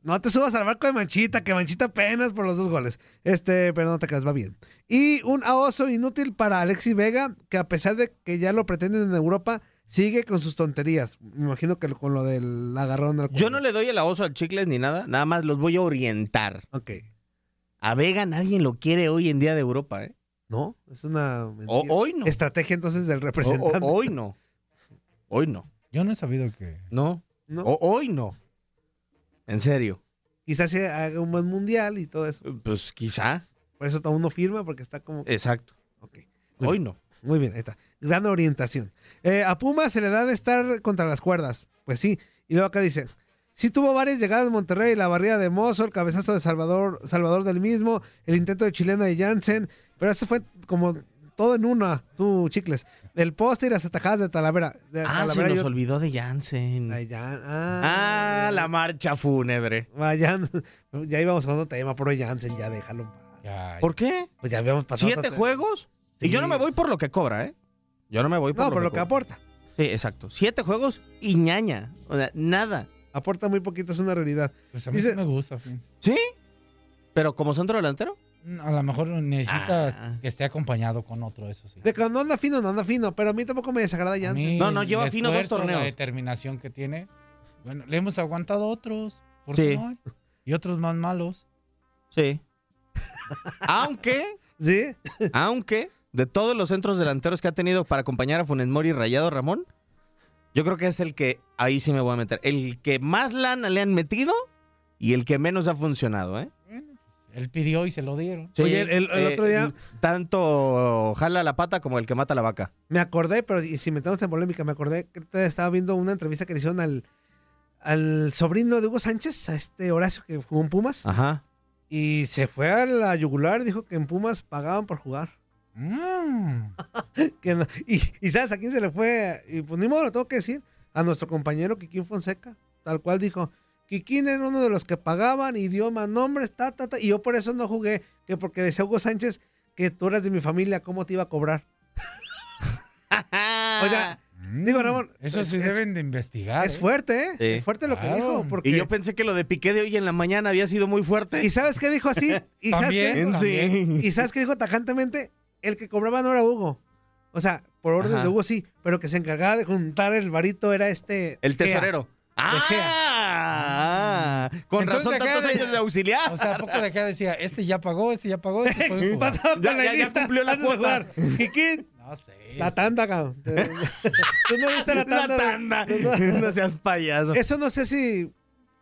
Speaker 2: No te subas al barco de Manchita, que Manchita apenas por los dos goles. Este, pero no te creas, va bien. Y un oso inútil para Alexis Vega, que a pesar de que ya lo pretenden en Europa, sigue con sus tonterías. Me imagino que con lo del agarrón al
Speaker 4: Yo no le doy el oso al chicles ni nada, nada más los voy a orientar.
Speaker 2: Ok.
Speaker 4: A Vega nadie lo quiere hoy en día de Europa, ¿eh?
Speaker 2: No, es una
Speaker 4: O-
Speaker 2: mentira.
Speaker 4: hoy no.
Speaker 2: estrategia entonces del
Speaker 4: O- o-
Speaker 2: representante.
Speaker 4: hoy no. Hoy no.
Speaker 5: Yo no he sabido que...
Speaker 4: No.
Speaker 2: ¿no?
Speaker 4: O- hoy no. En serio.
Speaker 2: Quizás se haga un buen mundial y todo eso.
Speaker 4: Pues quizá.
Speaker 2: Por eso todo uno firma porque está como...
Speaker 4: Exacto.
Speaker 2: Ok.
Speaker 4: Hoy no.
Speaker 2: Muy bien, ahí está. Gran orientación. Eh, a Puma se le da de estar contra las cuerdas. Pues sí. Y luego acá dice, sí tuvo varias llegadas en Monterrey, la barrida de Mozo, el cabezazo de Salvador, Salvador del mismo, el intento de chilena de Jansen, pero eso fue como todo en una, tú chicles. El poste y las atajadas de Talavera. De
Speaker 4: Ah, se
Speaker 2: Talavera
Speaker 4: nos
Speaker 2: yo-
Speaker 4: olvidó de Jansen.
Speaker 2: Ay, ya, ah,
Speaker 4: Ah, la marcha fúnebre.
Speaker 2: Vayan, <laughs> ya íbamos a otro tema, por hoy Jansen, ya déjalo. en paz.
Speaker 5: Ay,
Speaker 4: ¿Por qué?
Speaker 2: Pues ya habíamos pasado.
Speaker 4: ¿Siete
Speaker 2: otro tema.
Speaker 4: juegos? Y
Speaker 2: Sí.
Speaker 4: yo no me voy por lo que cobra, ¿eh? Yo no me voy por
Speaker 2: No,
Speaker 4: lo
Speaker 2: por
Speaker 4: que
Speaker 2: lo que
Speaker 4: cobra.
Speaker 2: aporta.
Speaker 4: Sí, exacto. Siete juegos y ñaña. O sea, nada.
Speaker 2: Aporta muy poquito, es una realidad.
Speaker 5: pues a mí
Speaker 2: Dice-
Speaker 5: sí me gusta. fíjense.
Speaker 4: ¿Sí? ¿Pero como centro delantero?
Speaker 5: A lo mejor necesitas
Speaker 4: Ah.
Speaker 5: que esté acompañado con otro, eso sí.
Speaker 2: De que no anda fino, no anda fino, pero a mí tampoco me desagrada
Speaker 5: A
Speaker 2: Jansen.
Speaker 5: mí
Speaker 4: No, no,
Speaker 5: el
Speaker 4: lleva fino dos
Speaker 5: esfuerzo,
Speaker 4: torneos.
Speaker 5: La determinación que tiene. Bueno, le hemos aguantado otros. ¿Por
Speaker 4: Sí.
Speaker 5: qué no? Y otros más malos.
Speaker 4: <laughs> Sí. aunque,
Speaker 2: ¿Sí?
Speaker 4: aunque, de todos los centros delanteros que ha tenido para acompañar a Funes Mori y Rayado Ramón, yo creo que es el que, ahí sí me voy a meter, el que más lana le han metido y el que menos ha funcionado, ¿eh?
Speaker 5: Él pidió y se lo dieron.
Speaker 4: Sí,
Speaker 2: Oye, el- el- el otro día-
Speaker 4: Tanto jala la pata como el que mata la vaca.
Speaker 2: Me acordé, pero y si metemos en polémica, me acordé que te- estaba viendo una entrevista que le hicieron al, al sobrino de Hugo Sánchez, a este Horacio que jugó en Pumas,
Speaker 4: <laughs>
Speaker 5: Ah.
Speaker 4: Ajá.
Speaker 2: y se fue a la yugular, dijo que en Pumas pagaban por jugar.
Speaker 5: Mm.
Speaker 2: Que no- y, y ¿sabes a quién se le fue? Y pues ni modo, lo tengo que decir, a nuestro compañero Kikín Fonseca, tal cual dijo, Kikín era uno de los que pagaban, idiomas, nombres, ta, ta, ta. Y yo por eso no jugué, que porque decía Hugo Sánchez que tú eras de mi familia, ¿cómo te iba a cobrar?
Speaker 4: Ah.
Speaker 2: o sea, digo, Ramón,
Speaker 5: mm. Eso
Speaker 2: es-
Speaker 5: sí
Speaker 2: es-
Speaker 5: deben de investigar.
Speaker 2: es
Speaker 5: ¿eh?
Speaker 2: fuerte, ¿eh?
Speaker 4: Sí.
Speaker 2: Es fuerte lo que
Speaker 5: Claro.
Speaker 2: dijo. Porque...
Speaker 4: Y yo pensé que lo de Piqué de hoy en la mañana había sido muy fuerte.
Speaker 2: ¿Y sabes qué
Speaker 4: <laughs>
Speaker 2: dijo así? ¿Y sabes qué
Speaker 5: También,
Speaker 2: dijo?
Speaker 4: Sí.
Speaker 2: ¿Y sabes qué dijo tajantemente? El que cobraba no era Hugo. O sea, por orden
Speaker 4: Ajá.
Speaker 2: de Hugo sí, pero que se encargaba de juntar el varito era este.
Speaker 4: El
Speaker 2: Gea.
Speaker 4: tesorero. Ah, con
Speaker 5: Entonces,
Speaker 4: razón
Speaker 5: acá
Speaker 4: tantos
Speaker 5: de-
Speaker 4: años de auxiliar.
Speaker 5: O sea, ¿a poco de acá decía, este ya pagó, este ya
Speaker 2: <laughs>
Speaker 5: pagó, este puede jugar?
Speaker 2: Pasaba por
Speaker 4: Ya-
Speaker 2: la
Speaker 4: ya- ya
Speaker 2: lista
Speaker 4: cumplió la
Speaker 2: antes de
Speaker 4: cuota.
Speaker 2: jugar.
Speaker 4: <laughs>
Speaker 2: Kikín,
Speaker 5: No sé.
Speaker 2: La tanda, cabrón. Tú no viste la tanda.
Speaker 4: la
Speaker 2: güey.
Speaker 4: tanda. <laughs> No seas payaso.
Speaker 2: Eso no sé si.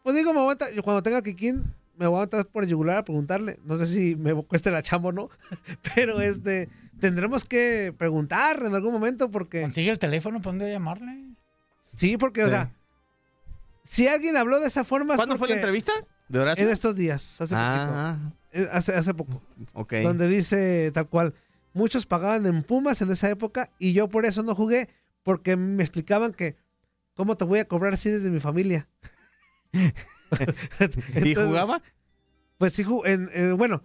Speaker 2: Pues digo, me voy a aventar- yo cuando tenga Kikín, me voy a entrar por el yugular a preguntarle. No sé si me cueste la chamba o no. <laughs> Pero este. Tendremos que preguntar en algún momento porque.
Speaker 5: Consigue el teléfono, ¿para dónde llamarle?
Speaker 2: Sí, porque, o
Speaker 4: Sí.
Speaker 2: sea. Si alguien habló de esa forma. es
Speaker 4: ¿Cuándo fue la
Speaker 2: porque-
Speaker 4: entrevista? ¿De Horacio?
Speaker 2: En estos días, hace
Speaker 4: ah,
Speaker 2: poquito. Eh, Hace, hace poco.
Speaker 4: ok.
Speaker 2: Donde dice tal cual. Muchos pagaban en Pumas en esa época y yo por eso no jugué. Porque me explicaban que. ¿Cómo te voy a cobrar si eres de
Speaker 4: <laughs>
Speaker 2: mi familia?
Speaker 4: ¿Y
Speaker 2: Entonces,
Speaker 4: jugaba?
Speaker 2: Pues sí, ju- en- eh, bueno.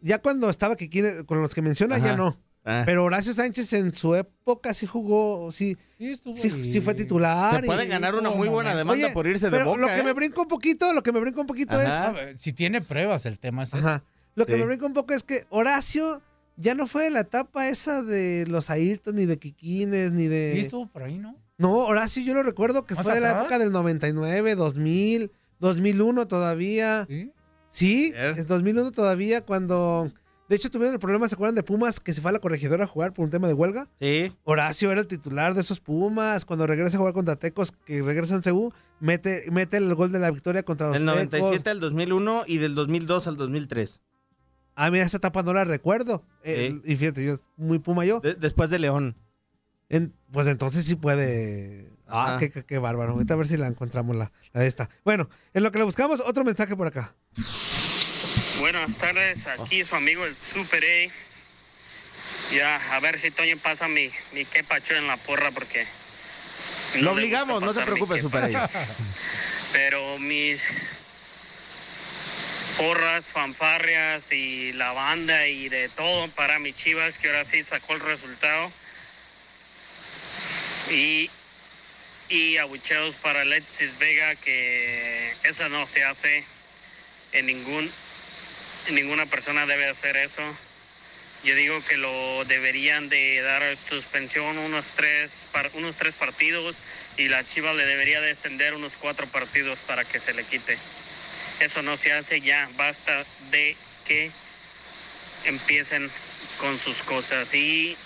Speaker 2: Ya cuando estaba aquí con los que menciona, ya
Speaker 4: Ajá.
Speaker 2: no.
Speaker 4: Ah.
Speaker 2: Pero Horacio Sánchez en su época sí jugó, sí,
Speaker 5: Sí, estuvo
Speaker 2: sí,
Speaker 5: ahí.
Speaker 2: sí fue titular.
Speaker 4: Te pueden
Speaker 2: y-
Speaker 4: ganar una
Speaker 5: no,
Speaker 4: muy
Speaker 5: no,
Speaker 4: buena
Speaker 5: no.
Speaker 4: demanda
Speaker 2: Oye,
Speaker 4: por irse de
Speaker 2: Pero
Speaker 4: boca.
Speaker 2: lo que
Speaker 4: ¿eh?
Speaker 2: me brinca un poquito, lo que me brinca un poquito
Speaker 4: Ajá.
Speaker 2: es.
Speaker 5: Ah, Si tiene pruebas, el tema es ese.
Speaker 2: Ajá. Lo que
Speaker 4: Sí.
Speaker 2: me brinca un poco es que Horacio ya no fue de la etapa esa de los Ayrton, ni de Quiquines, ni
Speaker 5: Sí,
Speaker 2: de.
Speaker 5: estuvo por ahí, ¿no?
Speaker 2: No, Horacio yo lo recuerdo que
Speaker 5: ¿Más
Speaker 2: fue de la
Speaker 5: atrás?
Speaker 2: época del 99, 2000, 2001 todavía.
Speaker 5: Sí.
Speaker 2: Sí,
Speaker 4: Cierto.
Speaker 2: en 2001 todavía cuando. De hecho, tuvieron el problema, ¿se acuerdan de Pumas que se fue a la corregidora a jugar por un tema de huelga?
Speaker 4: Sí.
Speaker 2: Horacio era el titular de esos Pumas. Cuando regresa a jugar contra Tecos, que regresa en CU, mete, mete el gol de la victoria contra los
Speaker 4: Del
Speaker 2: Tecos.
Speaker 4: 97 al 2001 y del 2002 al 2003.
Speaker 2: Ah, mira, esa etapa no la recuerdo. Eh,
Speaker 4: Sí.
Speaker 2: Y fíjate, yo muy puma yo.
Speaker 4: De- después de León.
Speaker 2: En- pues entonces sí puede. Ah,
Speaker 4: Ajá.
Speaker 2: qué, qué- qué bárbaro. Ahorita a ver si la encontramos la, la de esta. Bueno, en lo que le buscamos, otro mensaje por acá. <laughs>
Speaker 7: Buenas tardes, aquí su amigo el Super A. Ya, a ver si Toño pasa mi, mi quepacho en la porra porque... no le gusta
Speaker 4: Lo obligamos, no se
Speaker 7: pasar mi
Speaker 4: preocupe,
Speaker 7: quepa.
Speaker 4: Super Ayo.
Speaker 7: Pero mis porras, fanfarrias y la banda y de todo para mi Chivas, que ahora sí sacó el resultado. Y, y abucheos para Alexis Vega, que esa no se hace en ningún ninguna persona debe hacer eso. Yo digo que lo deberían de dar suspensión unos tres, par- unos tres partidos y la Chiva le debería de extender unos cuatro partidos para que se le quite. Eso no se hace ya, basta de que empiecen con sus cosas. Y,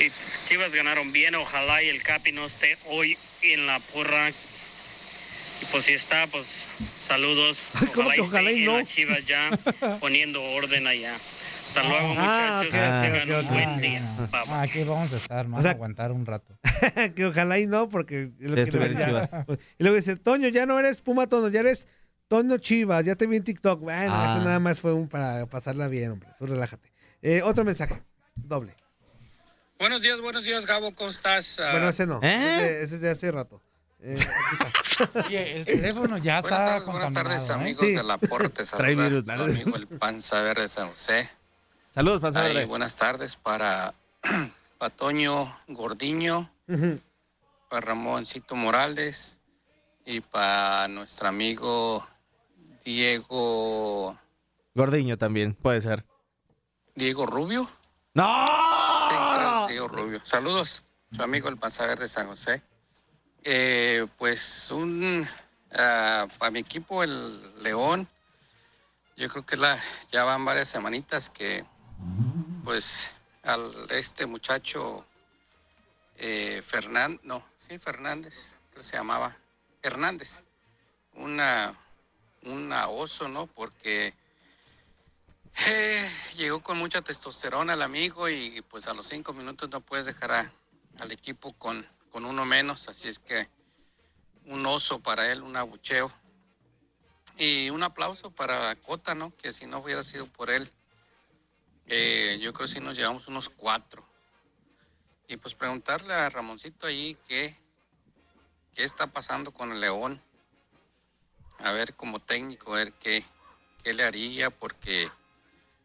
Speaker 7: y Chivas ganaron bien, ojalá y el Capi no esté hoy en la porra. Y pues si está, pues saludos.
Speaker 2: Ay, <laughs> ¿cómo que
Speaker 7: y
Speaker 2: ojalá y
Speaker 7: esté en
Speaker 2: no?
Speaker 7: la Chivas ya
Speaker 2: <laughs>
Speaker 7: poniendo orden allá. Hasta luego,
Speaker 2: Ah,
Speaker 7: muchachos. que
Speaker 2: ok,
Speaker 4: ok,
Speaker 7: tengan
Speaker 2: ok,
Speaker 7: un
Speaker 2: ok.
Speaker 7: buen día. Bye, bye.
Speaker 5: Ah, aquí vamos a estar, más
Speaker 2: O sea-
Speaker 5: a aguantar un rato.
Speaker 2: <laughs> que ojalá y no, porque. es lo que
Speaker 4: Ya estuviera en
Speaker 2: ya- Y luego dice: Toño, ya no eres Puma Toño, ya eres Toño Chivas, ya te vi en TikTok. Bueno,
Speaker 4: Ah.
Speaker 2: eso nada más fue un para pasarla bien, hombre. Tú relájate. Eh, otro mensaje, doble.
Speaker 8: Buenos días, buenos días, Gabo, ¿cómo estás? Ah,
Speaker 2: Bueno, ese no.
Speaker 4: ¿Eh?
Speaker 2: Ese, ese es de hace rato. Eh, aquí está.
Speaker 5: Oye, el teléfono ya
Speaker 8: buenas
Speaker 5: está
Speaker 8: tardes, buenas tardes,
Speaker 5: contaminado, ¿eh?
Speaker 8: amigos
Speaker 2: Sí.
Speaker 8: de la Porra, te saluda
Speaker 4: <laughs> Trae virus,
Speaker 8: tu
Speaker 4: ¿no?
Speaker 8: amigo el Panza Verde de San José.
Speaker 4: Saludos, Panza
Speaker 8: Ay,
Speaker 4: Verde.
Speaker 8: buenas tardes para <clears throat> Patoño Gordiño,
Speaker 2: Ujú.
Speaker 8: para Ramoncito Morales y para nuestro amigo Diego
Speaker 4: Gordiño también, puede ser.
Speaker 8: Diego Rubio. Sí, claro,
Speaker 4: ¡No!
Speaker 8: Diego Rubio. Saludos, su amigo el Panzaver de San José. Eh, pues un ah, para mi equipo el León, yo creo que la, ya van varias semanitas que pues al este muchacho eh, Fernández, no, sí Fernández, creo que se llamaba Hernández, una, una oso, ¿no? Porque eh, llegó con mucha testosterona el amigo y pues a los cinco minutos no puedes dejar a- al equipo con, con uno menos, así es que un oso para él, un abucheo. Y un aplauso para Cota, ¿no? Que si no hubiera sido por él, eh, yo creo que sí nos llevamos unos cuatro. Y pues preguntarle a Ramoncito ahí qué, qué está pasando con el León. a ver como técnico, a ver qué, qué le haría, porque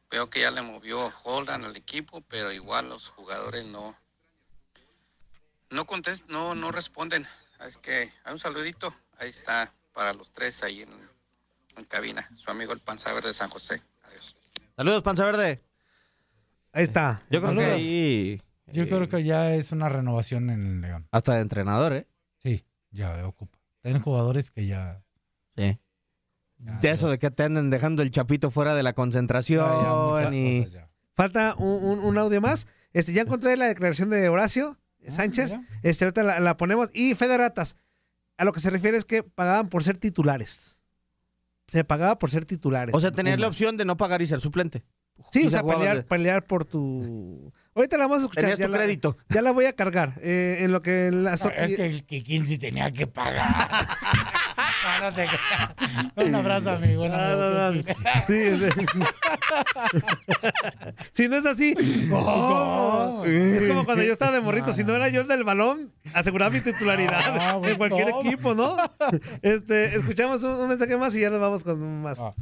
Speaker 8: veo que ya le movió Holland al equipo, pero igual los jugadores no, no contestan, no, no responden. Ah, Es que hay un saludito, ahí está, para los tres ahí en, en cabina, su amigo el Panza Verde de San José. Adiós.
Speaker 4: Saludos, Panza Verde.
Speaker 2: Ahí está.
Speaker 4: Yo creo que
Speaker 5: Saludos.
Speaker 4: ahí.
Speaker 5: Yo
Speaker 4: eh,
Speaker 5: creo que ya es una renovación en el León.
Speaker 4: Hasta de entrenador, ¿eh?
Speaker 5: Sí, ya ocupa. Tienen jugadores que ya.
Speaker 4: Sí.
Speaker 5: ya-
Speaker 4: De eso de que te anden dejando el chapito fuera de la
Speaker 5: ya- ya muchas
Speaker 4: concentración y.
Speaker 5: cosas ya.
Speaker 2: Falta un, un- un audio más. Este, ya encontré la declaración de Horacio Sánchez.
Speaker 5: Ah, mira.
Speaker 2: Este, ahorita la, la ponemos. Y Federatas, a lo que se refiere es que pagaban por ser titulares. Se pagaba por ser titulares.
Speaker 4: O sea, tener la
Speaker 2: Pumas.
Speaker 4: opción de no pagar y ser suplente.
Speaker 2: Sí,
Speaker 4: y
Speaker 2: o sea,
Speaker 4: se jugaba
Speaker 2: pelear,
Speaker 4: de-
Speaker 2: pelear por tu. Ahorita la vamos a escuchar.
Speaker 4: Tenías
Speaker 2: ya
Speaker 4: tu
Speaker 2: la-
Speaker 4: crédito.
Speaker 2: Ya la voy a cargar. eh, en lo que la
Speaker 5: No, es que el Kikín sí tenía que pagar. <laughs> No, no te creas. Un abrazo, amigo. un
Speaker 2: Ah, No, no,
Speaker 5: abrazo,
Speaker 2: no.
Speaker 5: Kikín.
Speaker 2: Sí, sí. si no es así, ¡oh!
Speaker 5: No.
Speaker 2: es como cuando yo estaba de morrito, si no era yo el del balón, aseguraba mi titularidad
Speaker 5: Ah,
Speaker 2: en
Speaker 5: bueno,
Speaker 2: cualquier
Speaker 5: toma.
Speaker 2: equipo, ¿no? Este, escuchamos un, un mensaje más y ya nos vamos con más.
Speaker 5: Ah.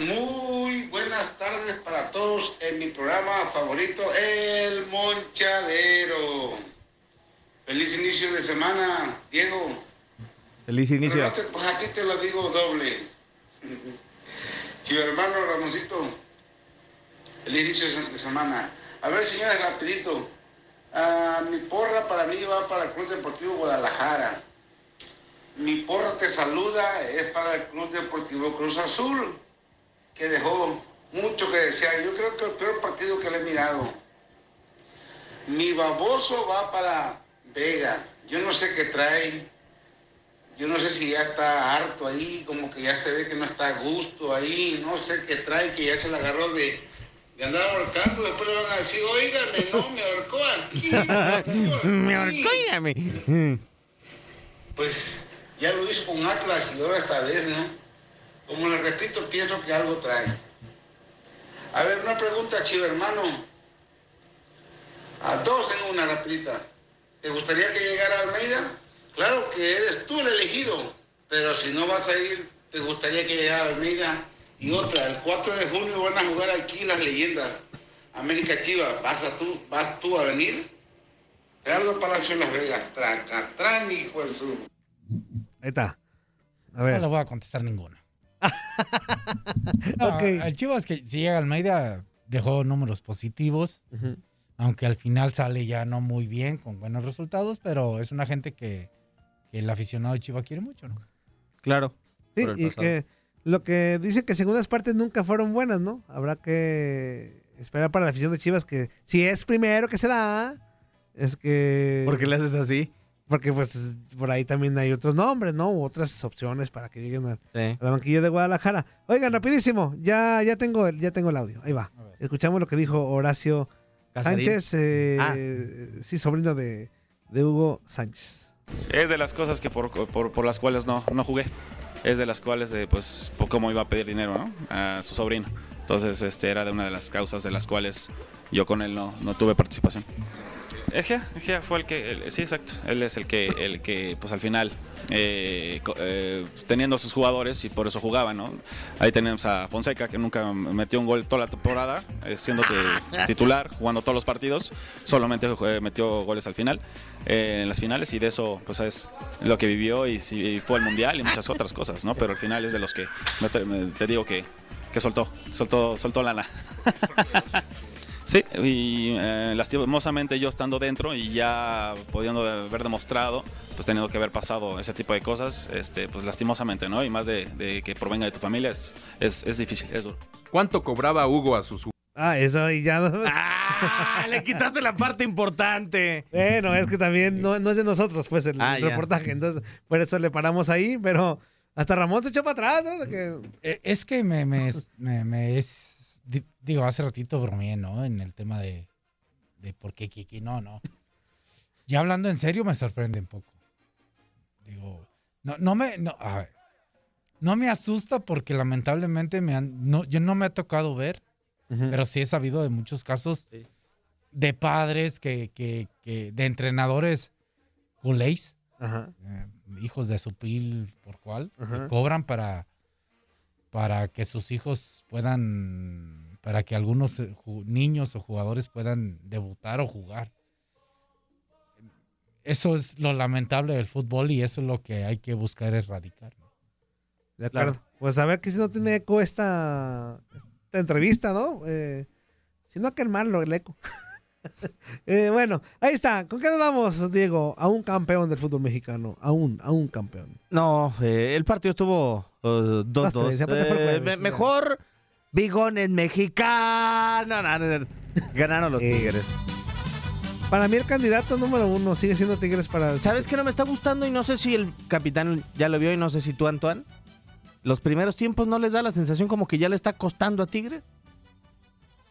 Speaker 9: Muy buenas tardes para todos en mi programa favorito, El Monchadero. Feliz inicio de semana, Diego.
Speaker 4: Feliz inicio.
Speaker 9: Pero no te- pues a ti te lo digo doble. Chivo hermano Ramoncito, el inicio de semana. A ver, señores, rapidito. Ah, mi porra para mí va para el Club Deportivo Guadalajara. Mi porra te saluda es para el Club Deportivo Cruz Azul, que dejó mucho que desear. Yo creo que el peor partido que le he mirado. Mi baboso va para Vega. Yo no sé qué trae. Yo no sé si ya está harto ahí, como que ya se ve que no está a gusto ahí, no sé qué trae, que ya se la agarró de, de andar ahorcando, después le van a decir, oígame, no, me ahorcó aquí. <laughs> Me ahorcó aquí". Pues ya lo hizo con Atlas y ahora esta vez, ¿no? Como le repito, pienso que algo trae. A ver, una pregunta, chivo hermano. A dos en una rapidita. ¿Te gustaría que llegara Almeida? Claro que eres tú el elegido, pero si no vas a ir, te gustaría que llegara Almeida. Y otra, el 4 de junio van a jugar aquí las leyendas. América Chiva, ¿vas, a tú, ¿vas tú a venir? Gerardo Palacio en Las Vegas, tranca, tran, hijo de su-
Speaker 2: Ahí está. A
Speaker 5: No
Speaker 2: ver.
Speaker 5: le voy a contestar ninguna. No,
Speaker 2: <laughs> Ok.
Speaker 5: El chivo es que si llega Almeida, dejó números positivos.
Speaker 2: Ujú.
Speaker 5: Aunque al final sale ya no muy bien, con buenos resultados, pero es una gente que, que el aficionado de Chiva quiere mucho, ¿no?
Speaker 4: Claro.
Speaker 2: Sí,
Speaker 4: por el
Speaker 2: y
Speaker 4: pasado.
Speaker 2: que lo que dice que segundas partes nunca fueron buenas, ¿no? Habrá que esperar para la afición de Chivas que si es primero que se da, es que...
Speaker 4: ¿Por qué le haces así?
Speaker 2: Porque pues es- por ahí también hay otros nombres, ¿no? U otras opciones para que lleguen al,
Speaker 4: Sí.
Speaker 2: al banquillo de Guadalajara. Oigan, rapidísimo, ya, ya, tengo, el, ya tengo el audio, ahí va.
Speaker 5: A ver.
Speaker 2: Escuchamos lo que dijo Horacio
Speaker 4: Casarín.
Speaker 2: Sánchez, eh,
Speaker 4: Ah.
Speaker 2: sí, sobrino de, de Hugo Sánchez.
Speaker 10: Es de las cosas que por, por- por las cuales no, no jugué. Es de las cuales, de, pues, por cómo iba a pedir dinero ¿no? a su sobrino. Entonces, este era de una de las causas de las cuales yo con él no, no tuve participación. Egea, Egea fue el que, el- sí, exacto. Él es el que, el que pues al final, eh, co- eh, teniendo a sus jugadores y por eso jugaba, ¿no? Ahí tenemos a Fonseca, que nunca metió un gol toda la temporada, eh, siendo que titular, jugando todos los partidos, solamente eh, metió goles al final, eh, en las finales, y de eso, pues es lo que vivió y, si- y fue el mundial y muchas otras cosas, ¿no? Pero al final es de los que, me te, me- te digo que, que soltó, soltó, soltó lana. <laughs> Sí, y eh, lastimosamente yo estando dentro y ya pudiendo haber demostrado, pues teniendo que haber pasado ese tipo de cosas, este, pues lastimosamente, ¿no? Y más de, de que provenga de tu familia es, es, es difícil, es duro.
Speaker 11: ¿Cuánto cobraba Hugo a sus
Speaker 2: Ah, eso
Speaker 4: <laughs>
Speaker 2: y ya...
Speaker 4: ¡Ah! Le quitaste la parte importante.
Speaker 2: Bueno, es que también no, no es de nosotros, pues, el
Speaker 4: Ah, ya.
Speaker 2: reportaje. Entonces, por eso le paramos ahí, pero hasta Ramón se echó para atrás, ¿no? De que-
Speaker 5: Eh, Es que me, me es, me- me es- di- Digo, hace ratito bromeé, ¿no? En el tema de, de por qué Kiki. No, no. Ya hablando en serio, me sorprende un poco. Digo, no, no me. No, a ver, no me asusta porque lamentablemente me han, no, yo no me ha tocado ver, pero sí he sabido de muchos casos
Speaker 4: Sí.
Speaker 5: de padres que, que, que de entrenadores culés
Speaker 2: Ajá.
Speaker 5: eh, hijos de supil por cual, que
Speaker 12: Ajá.
Speaker 5: cobran para, para que sus hijos puedan, para que algunos eh, ju- niños o jugadores puedan debutar o jugar. Eso es lo lamentable del fútbol y eso es lo que hay que buscar erradicar. ¿no?
Speaker 2: De acuerdo. Pues a ver que si no tiene eco esta, esta entrevista, ¿no? Eh, si no, a quemarlo el eco. <laughs> Eh, bueno, ahí está. ¿Con qué nos vamos, Diego? A un campeón del fútbol mexicano. A un, a un campeón.
Speaker 4: No, eh, el partido estuvo eh, 2-2.
Speaker 2: tres, aparte fue el
Speaker 4: Eh,
Speaker 2: jueves,
Speaker 4: me-
Speaker 2: ya.
Speaker 4: mejor bigones mexicanos. No, no, no. Ganaron los Tigres.
Speaker 2: Para mí el candidato número uno sigue siendo Tigres para el...
Speaker 4: ¿Sabes qué no me está gustando? Y no sé si el capitán ya lo vio y no sé si tú, Antoine. Los primeros tiempos no les da la sensación como que ya le está costando a Tigres.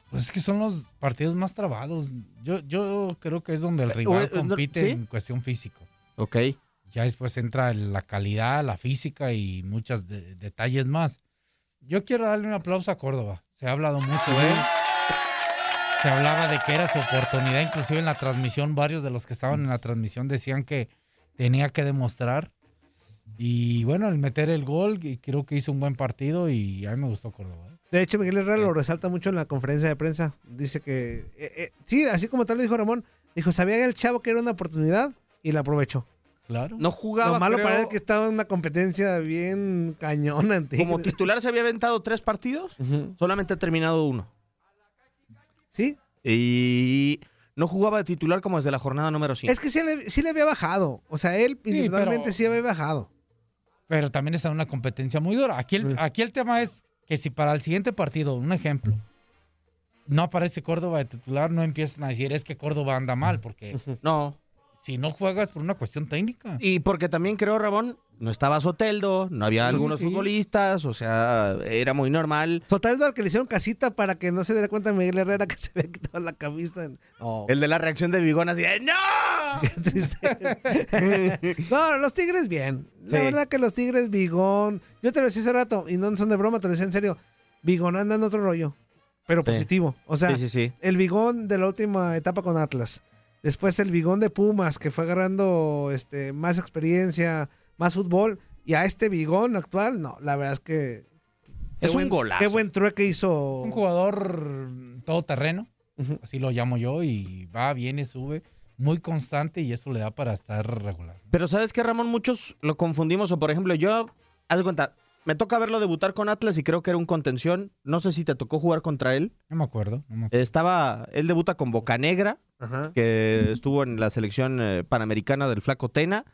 Speaker 5: Pues es que son los partidos más trabados. Yo, yo creo que es donde el
Speaker 4: eh,
Speaker 5: rival
Speaker 4: no,
Speaker 5: compite
Speaker 4: ¿sí?
Speaker 5: en cuestión físico.
Speaker 4: Ok.
Speaker 5: Ya después entra la calidad, la física y muchos detalles más. Yo quiero darle un aplauso a Córdoba. Se ha hablado mucho de él. Se hablaba de que era su oportunidad. Inclusive en la transmisión, varios de los que estaban en la transmisión decían que tenía que demostrar. Y bueno, el meter el gol, y creo que hizo un buen partido y a mí me gustó Córdoba. ¿eh?
Speaker 2: De hecho, Miguel Herrera lo resalta mucho en la conferencia de prensa. Dice que... eh, eh, sí, así como tal lo dijo Ramón. Dijo, sabía el chavo que era una oportunidad y la aprovechó.
Speaker 5: Claro.
Speaker 4: No jugaba.
Speaker 2: Lo malo
Speaker 4: creo,
Speaker 2: para él que estaba en una competencia bien cañona en
Speaker 4: Como
Speaker 2: Tigres.
Speaker 4: titular se había aventado tres partidos, solamente ha terminado uno.
Speaker 2: <laughs> ¿Sí?
Speaker 4: Y no jugaba de titular como desde la jornada número 5.
Speaker 2: Es que sí le, sí le había bajado. O sea, él individualmente sí había bajado.
Speaker 5: pero también está en una competencia muy dura. Aquí el, aquí el tema es que si para el siguiente partido, un ejemplo, no aparece Córdoba de titular, no empiezan a decir es que Córdoba anda mal, porque
Speaker 4: No.
Speaker 5: si no juegas por una cuestión técnica.
Speaker 4: Y porque también creo, Rabón, no estaba Soteldo, no había algunos
Speaker 2: sí.
Speaker 4: futbolistas, o sea, era muy normal.
Speaker 2: Soteldo al que le hicieron casita para que no se diera cuenta Miguel Herrera que <laughs> se había quitado la camisa. No.
Speaker 4: El de la reacción de Vigón así, de, <laughs> ¡no!
Speaker 2: Eh, no, los Tigres bien. La
Speaker 4: Sí.
Speaker 2: verdad que los Tigres, Bigón. Yo te lo decía hace rato, y no son de broma, te lo decía en serio. Bigón anda en otro rollo, pero
Speaker 4: Sí.
Speaker 2: positivo. O sea,
Speaker 4: Sí, sí, sí.
Speaker 2: el Bigón de la última etapa con Atlas. Después el Bigón de Pumas, que fue agarrando este, más experiencia, más fútbol. Y a este Bigón actual, no, la verdad es que. qué
Speaker 4: Es un
Speaker 2: buen-
Speaker 4: golazo.
Speaker 2: Qué buen trueque hizo.
Speaker 5: Un jugador todoterreno, así lo llamo yo, y va, viene, sube, muy constante y esto le da para estar regular.
Speaker 4: Pero ¿sabes qué, Ramón? Muchos lo confundimos. O, por ejemplo, yo, haz de cuenta, me toca verlo debutar con Atlas y creo que era un contención. No sé si te tocó jugar contra él.
Speaker 5: No me acuerdo. no me acuerdo.
Speaker 4: Estaba, él debuta con Bocanegra,
Speaker 2: Ajá.
Speaker 4: que estuvo en la selección eh, panamericana del Flaco Tena.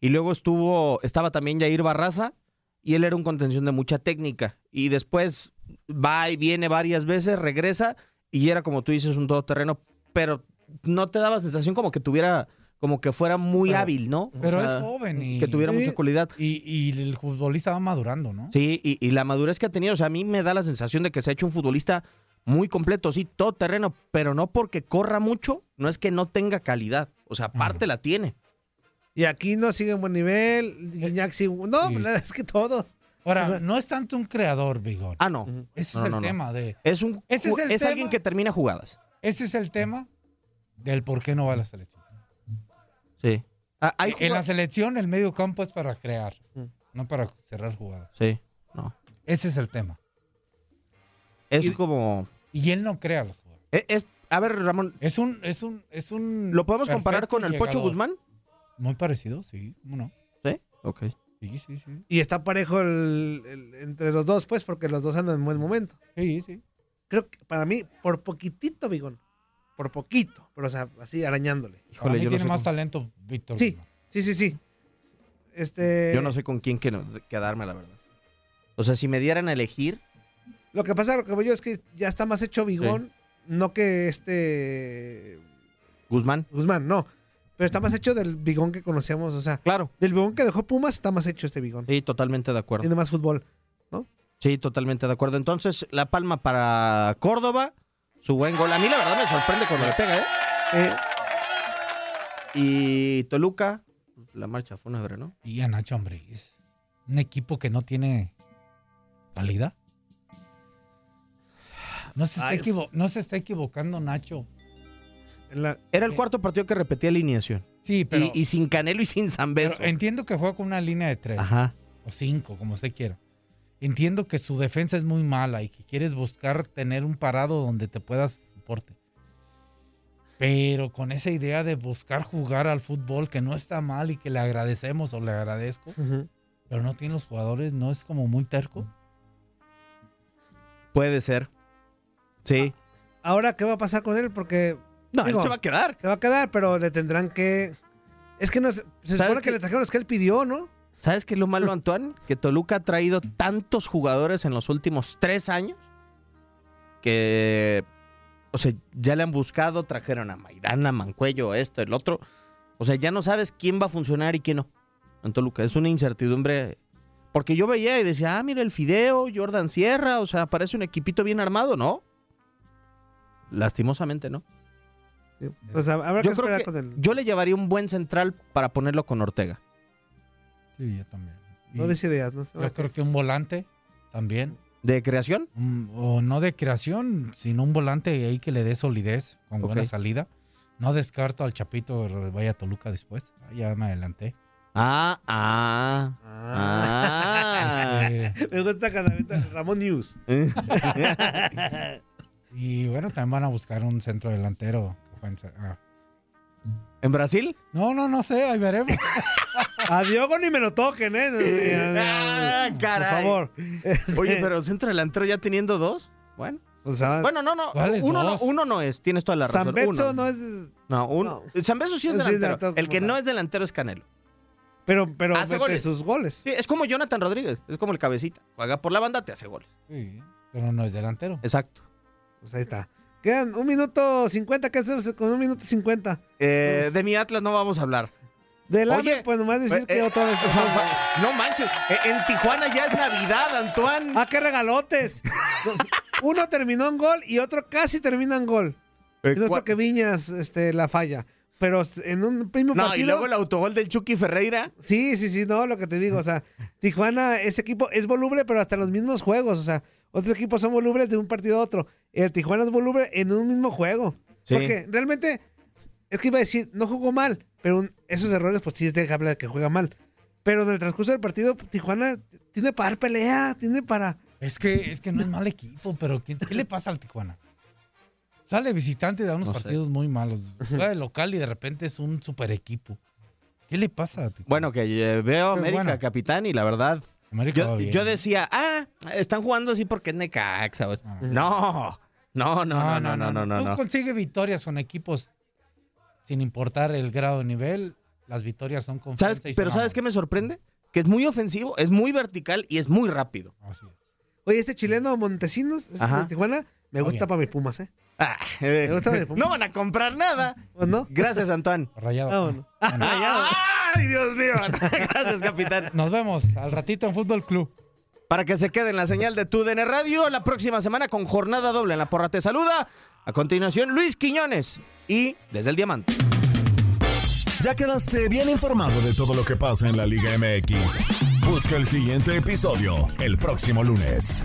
Speaker 4: Y luego estuvo, estaba también Jair Barraza. Y él era un contención de mucha técnica. Y después va y viene varias veces, regresa. Y era como tú dices, un todoterreno. Pero no te daba sensación como que tuviera, como que fuera muy
Speaker 5: Pero-
Speaker 4: hábil, ¿no? O
Speaker 5: Pero
Speaker 4: sea,
Speaker 5: es joven y,
Speaker 4: Que tuviera mucha cualidad.
Speaker 5: y, y el futbolista va madurando, ¿no?
Speaker 4: Sí, y, y la madurez que ha tenido, o sea, a mí me da la sensación de que se ha hecho un futbolista muy completo, sí, todo terreno, pero no porque corra mucho, no es que no tenga calidad, o sea, aparte la tiene.
Speaker 2: Y aquí no sigue en buen nivel. Guiñac sí- No,
Speaker 5: Sí.
Speaker 2: la verdad es que todos.
Speaker 5: Ahora,
Speaker 2: O sea-
Speaker 5: no es tanto un creador, Vigor.
Speaker 4: Ah, no.
Speaker 5: Ese
Speaker 4: No,
Speaker 5: es el
Speaker 4: no, no.
Speaker 5: tema de...
Speaker 4: Es, un,
Speaker 5: Ese es
Speaker 4: es,
Speaker 5: el
Speaker 4: alguien
Speaker 5: tema.
Speaker 4: que termina jugadas.
Speaker 5: Ese es el tema del por qué no va a la selección.
Speaker 4: Sí. Ah, hay
Speaker 5: E-,
Speaker 4: Mm.
Speaker 5: En la
Speaker 4: jugadas-
Speaker 5: selección el medio campo es para crear, no para cerrar jugadas.
Speaker 4: Sí, no.
Speaker 5: Ese es el tema.
Speaker 4: Es como...
Speaker 5: Y él no crea los jugadores.
Speaker 4: Es, es- a ver, Ramón,
Speaker 5: Es un, es un, es un.
Speaker 4: ¿lo podemos comparar
Speaker 5: perfecto
Speaker 4: con el Pocho
Speaker 5: llegador.
Speaker 4: Guzmán?
Speaker 5: Muy parecido, sí, cómo no.
Speaker 4: Sí, ok.
Speaker 5: Sí, sí, sí.
Speaker 2: Y está parejo el- el- entre los dos, pues, porque los dos andan en buen momento.
Speaker 5: Sí, sí.
Speaker 2: Creo que para mí, por poquitito, Bigón. Por poquito. Pero, o sea, así arañándole.
Speaker 5: Para mí
Speaker 4: yo no
Speaker 5: tiene
Speaker 4: sé
Speaker 5: más
Speaker 4: cómo-
Speaker 5: talento Víctor.
Speaker 2: Sí,
Speaker 5: Guzmán.
Speaker 2: sí, sí, sí. Este.
Speaker 5: Eh,
Speaker 4: Yo no sé con quién que- quedarme, la verdad. O sea, si me dieran a elegir,
Speaker 2: Lo que pasa, lo que veo yo es que ya está más hecho Bigón. No que este.
Speaker 4: Guzmán,
Speaker 2: Guzmán, no. Pero está más hecho del Bigón que conocíamos. O sea,
Speaker 4: claro.
Speaker 2: del Bigón que dejó Pumas está más hecho este Bigón.
Speaker 4: Sí, totalmente de acuerdo.
Speaker 2: Tiene más fútbol.
Speaker 4: Sí, totalmente de acuerdo. Entonces, la palma para Córdoba, su buen gol. A mí la verdad me sorprende cuando le pega, ¿eh?
Speaker 2: Eh,
Speaker 4: Y Toluca, la marcha fúnebre, ¿no?
Speaker 5: Y a Nacho Ambriz. Un equipo que no tiene calidad. No se está, equivo- no se está equivocando, Nacho.
Speaker 4: Era el cuarto partido que repetía alineación.
Speaker 5: Sí, pero-
Speaker 4: Y, y sin Canelo y sin Zambeso.
Speaker 5: Pero entiendo que juega con una línea de tres.
Speaker 4: Ajá.
Speaker 5: O cinco, como usted quiera. Entiendo que su defensa es muy mala y que quieres buscar tener un parado donde te puedas soporte. Pero con esa idea de buscar jugar al fútbol, que no está mal y que le agradecemos o le agradezco, pero no tiene los jugadores, no es como muy terco.
Speaker 4: Puede ser. Sí.
Speaker 2: Ahora, ¿qué va a pasar con él? Porque.
Speaker 4: Ah, No, él se va a quedar.
Speaker 2: Se va a quedar, pero le tendrán que. Es que no es- se supone que, le trajeron los que él pidió, ¿no?
Speaker 4: ¿Sabes qué es lo malo, Antoine? Que Toluca ha traído tantos jugadores en los últimos tres años que, o sea, ya le han buscado, trajeron a Maidana, Mancuello, esto, el otro. O sea, ya no sabes quién va a funcionar y quién no. En Toluca es una incertidumbre. Porque yo veía y decía, ah, mira el Fideo, Jordan Sierra, o sea, parece un equipito bien armado, ¿no? Lastimosamente, ¿no?
Speaker 2: O sea, habrá
Speaker 4: yo
Speaker 2: que
Speaker 4: creo
Speaker 2: esperar
Speaker 4: que
Speaker 2: con él.
Speaker 4: yo le llevaría un buen central para ponerlo con Ortega.
Speaker 5: Sí, yo también.
Speaker 2: No des ideas, no se va a
Speaker 5: Yo creo que un volante también.
Speaker 4: ¿De creación?
Speaker 5: Mm, O no de creación, sino un volante ahí que le dé solidez con buena
Speaker 4: Ok.
Speaker 5: salida. No descarto al Chapito Vaya Toluca después. Ah, Ya me adelanté.
Speaker 4: Ah, ah.
Speaker 2: <laughs>
Speaker 4: Ah.
Speaker 5: Este,
Speaker 2: Me gusta cuando avienta Ramón News.
Speaker 5: Y bueno, también van a buscar un centro delantero. que juegue en ce- ah.
Speaker 4: ¿En Brasil?
Speaker 5: No, no, no sé,
Speaker 4: <laughs>
Speaker 5: ahí veremos.
Speaker 2: A Diogo ni me lo toquen, ¿eh?
Speaker 4: Ah, caray.
Speaker 2: Por
Speaker 4: <laughs>
Speaker 2: favor.
Speaker 4: Oye, pero centro delantero ya teniendo dos. Bueno.
Speaker 2: O sea,
Speaker 4: Bueno, no, no.
Speaker 5: ¿Cuáles
Speaker 4: Uno no,
Speaker 5: dos?
Speaker 4: uno no es. Tienes toda la razón.
Speaker 2: Sambezo
Speaker 4: Uno.
Speaker 2: no es.
Speaker 4: No, uno.
Speaker 2: no.
Speaker 4: Sambezo sí es
Speaker 2: Sí, es
Speaker 4: delantero.
Speaker 2: delantero
Speaker 4: el que
Speaker 2: como
Speaker 4: no
Speaker 2: tal.
Speaker 4: es delantero es Canelo.
Speaker 2: Pero, pero
Speaker 4: Hace
Speaker 2: mete
Speaker 4: goles.
Speaker 2: sus goles.
Speaker 4: Sí, es como Jonathan Rodríguez. Es como el cabecita. Juega por la banda, te hace goles.
Speaker 5: Sí, pero no es delantero.
Speaker 4: Exacto.
Speaker 2: Pues ahí está. Quedan un minuto cincuenta. ¿Qué hacemos con un minuto cincuenta?
Speaker 4: Eh, de mi Atlas no vamos a hablar.
Speaker 2: Del
Speaker 4: Oye,
Speaker 2: AME, pues nomás decir
Speaker 4: eh,
Speaker 2: que
Speaker 4: eh,
Speaker 2: otra vez.
Speaker 4: No manches. eh, En Tijuana ya es Navidad, Antoine.
Speaker 2: ¡Ah, qué regalotes! Uno terminó en gol y otro casi termina en gol.
Speaker 4: Eh,
Speaker 2: Y otro
Speaker 4: cua-
Speaker 2: que Viñas este, la falla. Pero en un mismo
Speaker 4: No,
Speaker 2: partido.
Speaker 4: y luego el autogol del Chucky Ferreira.
Speaker 2: Sí, sí, sí, no, lo que te digo, o sea, Tijuana, ese equipo es voluble, pero hasta en los mismos juegos, o sea, otros equipos son volubles de un partido a otro. El Tijuana es voluble en un mismo juego.
Speaker 4: Sí.
Speaker 2: Porque realmente, es que iba a decir, no jugó mal, pero un- esos errores, pues sí, deja hablar de que juega mal. Pero en el transcurso del partido, pues, Tijuana tiene para dar pelea, tiene para.
Speaker 5: Es que, es que no es mal equipo, pero ¿qué, qué le pasa al Tijuana? Sale visitante y da unos
Speaker 4: No sé.
Speaker 5: partidos muy malos. Juega de local y de repente es un super equipo. ¿Qué le pasa a Tijuana?
Speaker 4: Bueno, que eh, veo
Speaker 5: Pero
Speaker 4: América
Speaker 5: bueno.
Speaker 4: capitán y la verdad.
Speaker 5: América va
Speaker 4: Yo,
Speaker 5: bien.
Speaker 4: yo decía, ah, están jugando así porque es Necaxa. o- No, no, no,
Speaker 5: Ah,
Speaker 4: no, no, no, no, no.
Speaker 5: Tú consigues victorias con equipos sin importar el grado de nivel. Las victorias son con
Speaker 4: ¿Sabes? Pero ¿sabes qué me sorprende? Que es muy ofensivo, es muy vertical y es muy rápido.
Speaker 2: Oye, este chileno Montesinos, es
Speaker 4: Ajá.
Speaker 2: de Tijuana, me
Speaker 5: Muy
Speaker 2: gusta
Speaker 5: bien.
Speaker 2: para mis pumas, ¿eh?
Speaker 4: Ah, eh,
Speaker 2: Me gusta el fútbol.
Speaker 4: no van a comprar nada.
Speaker 2: ¿O no?
Speaker 4: Gracias, Antoine.
Speaker 5: Rayado.
Speaker 2: Vámonos.
Speaker 4: Ah, Ay, Dios mío. <laughs> Gracias, capitán.
Speaker 5: Nos vemos al ratito en Fútbol Club.
Speaker 4: Para que se quede en la señal de TUDN Radio la próxima semana con jornada doble en La Porra Te Saluda. A continuación, Luis Quiñones y Desde el Diamante.
Speaker 1: Ya quedaste bien informado de todo lo que pasa en la Liga MX. Busca el siguiente episodio el próximo lunes.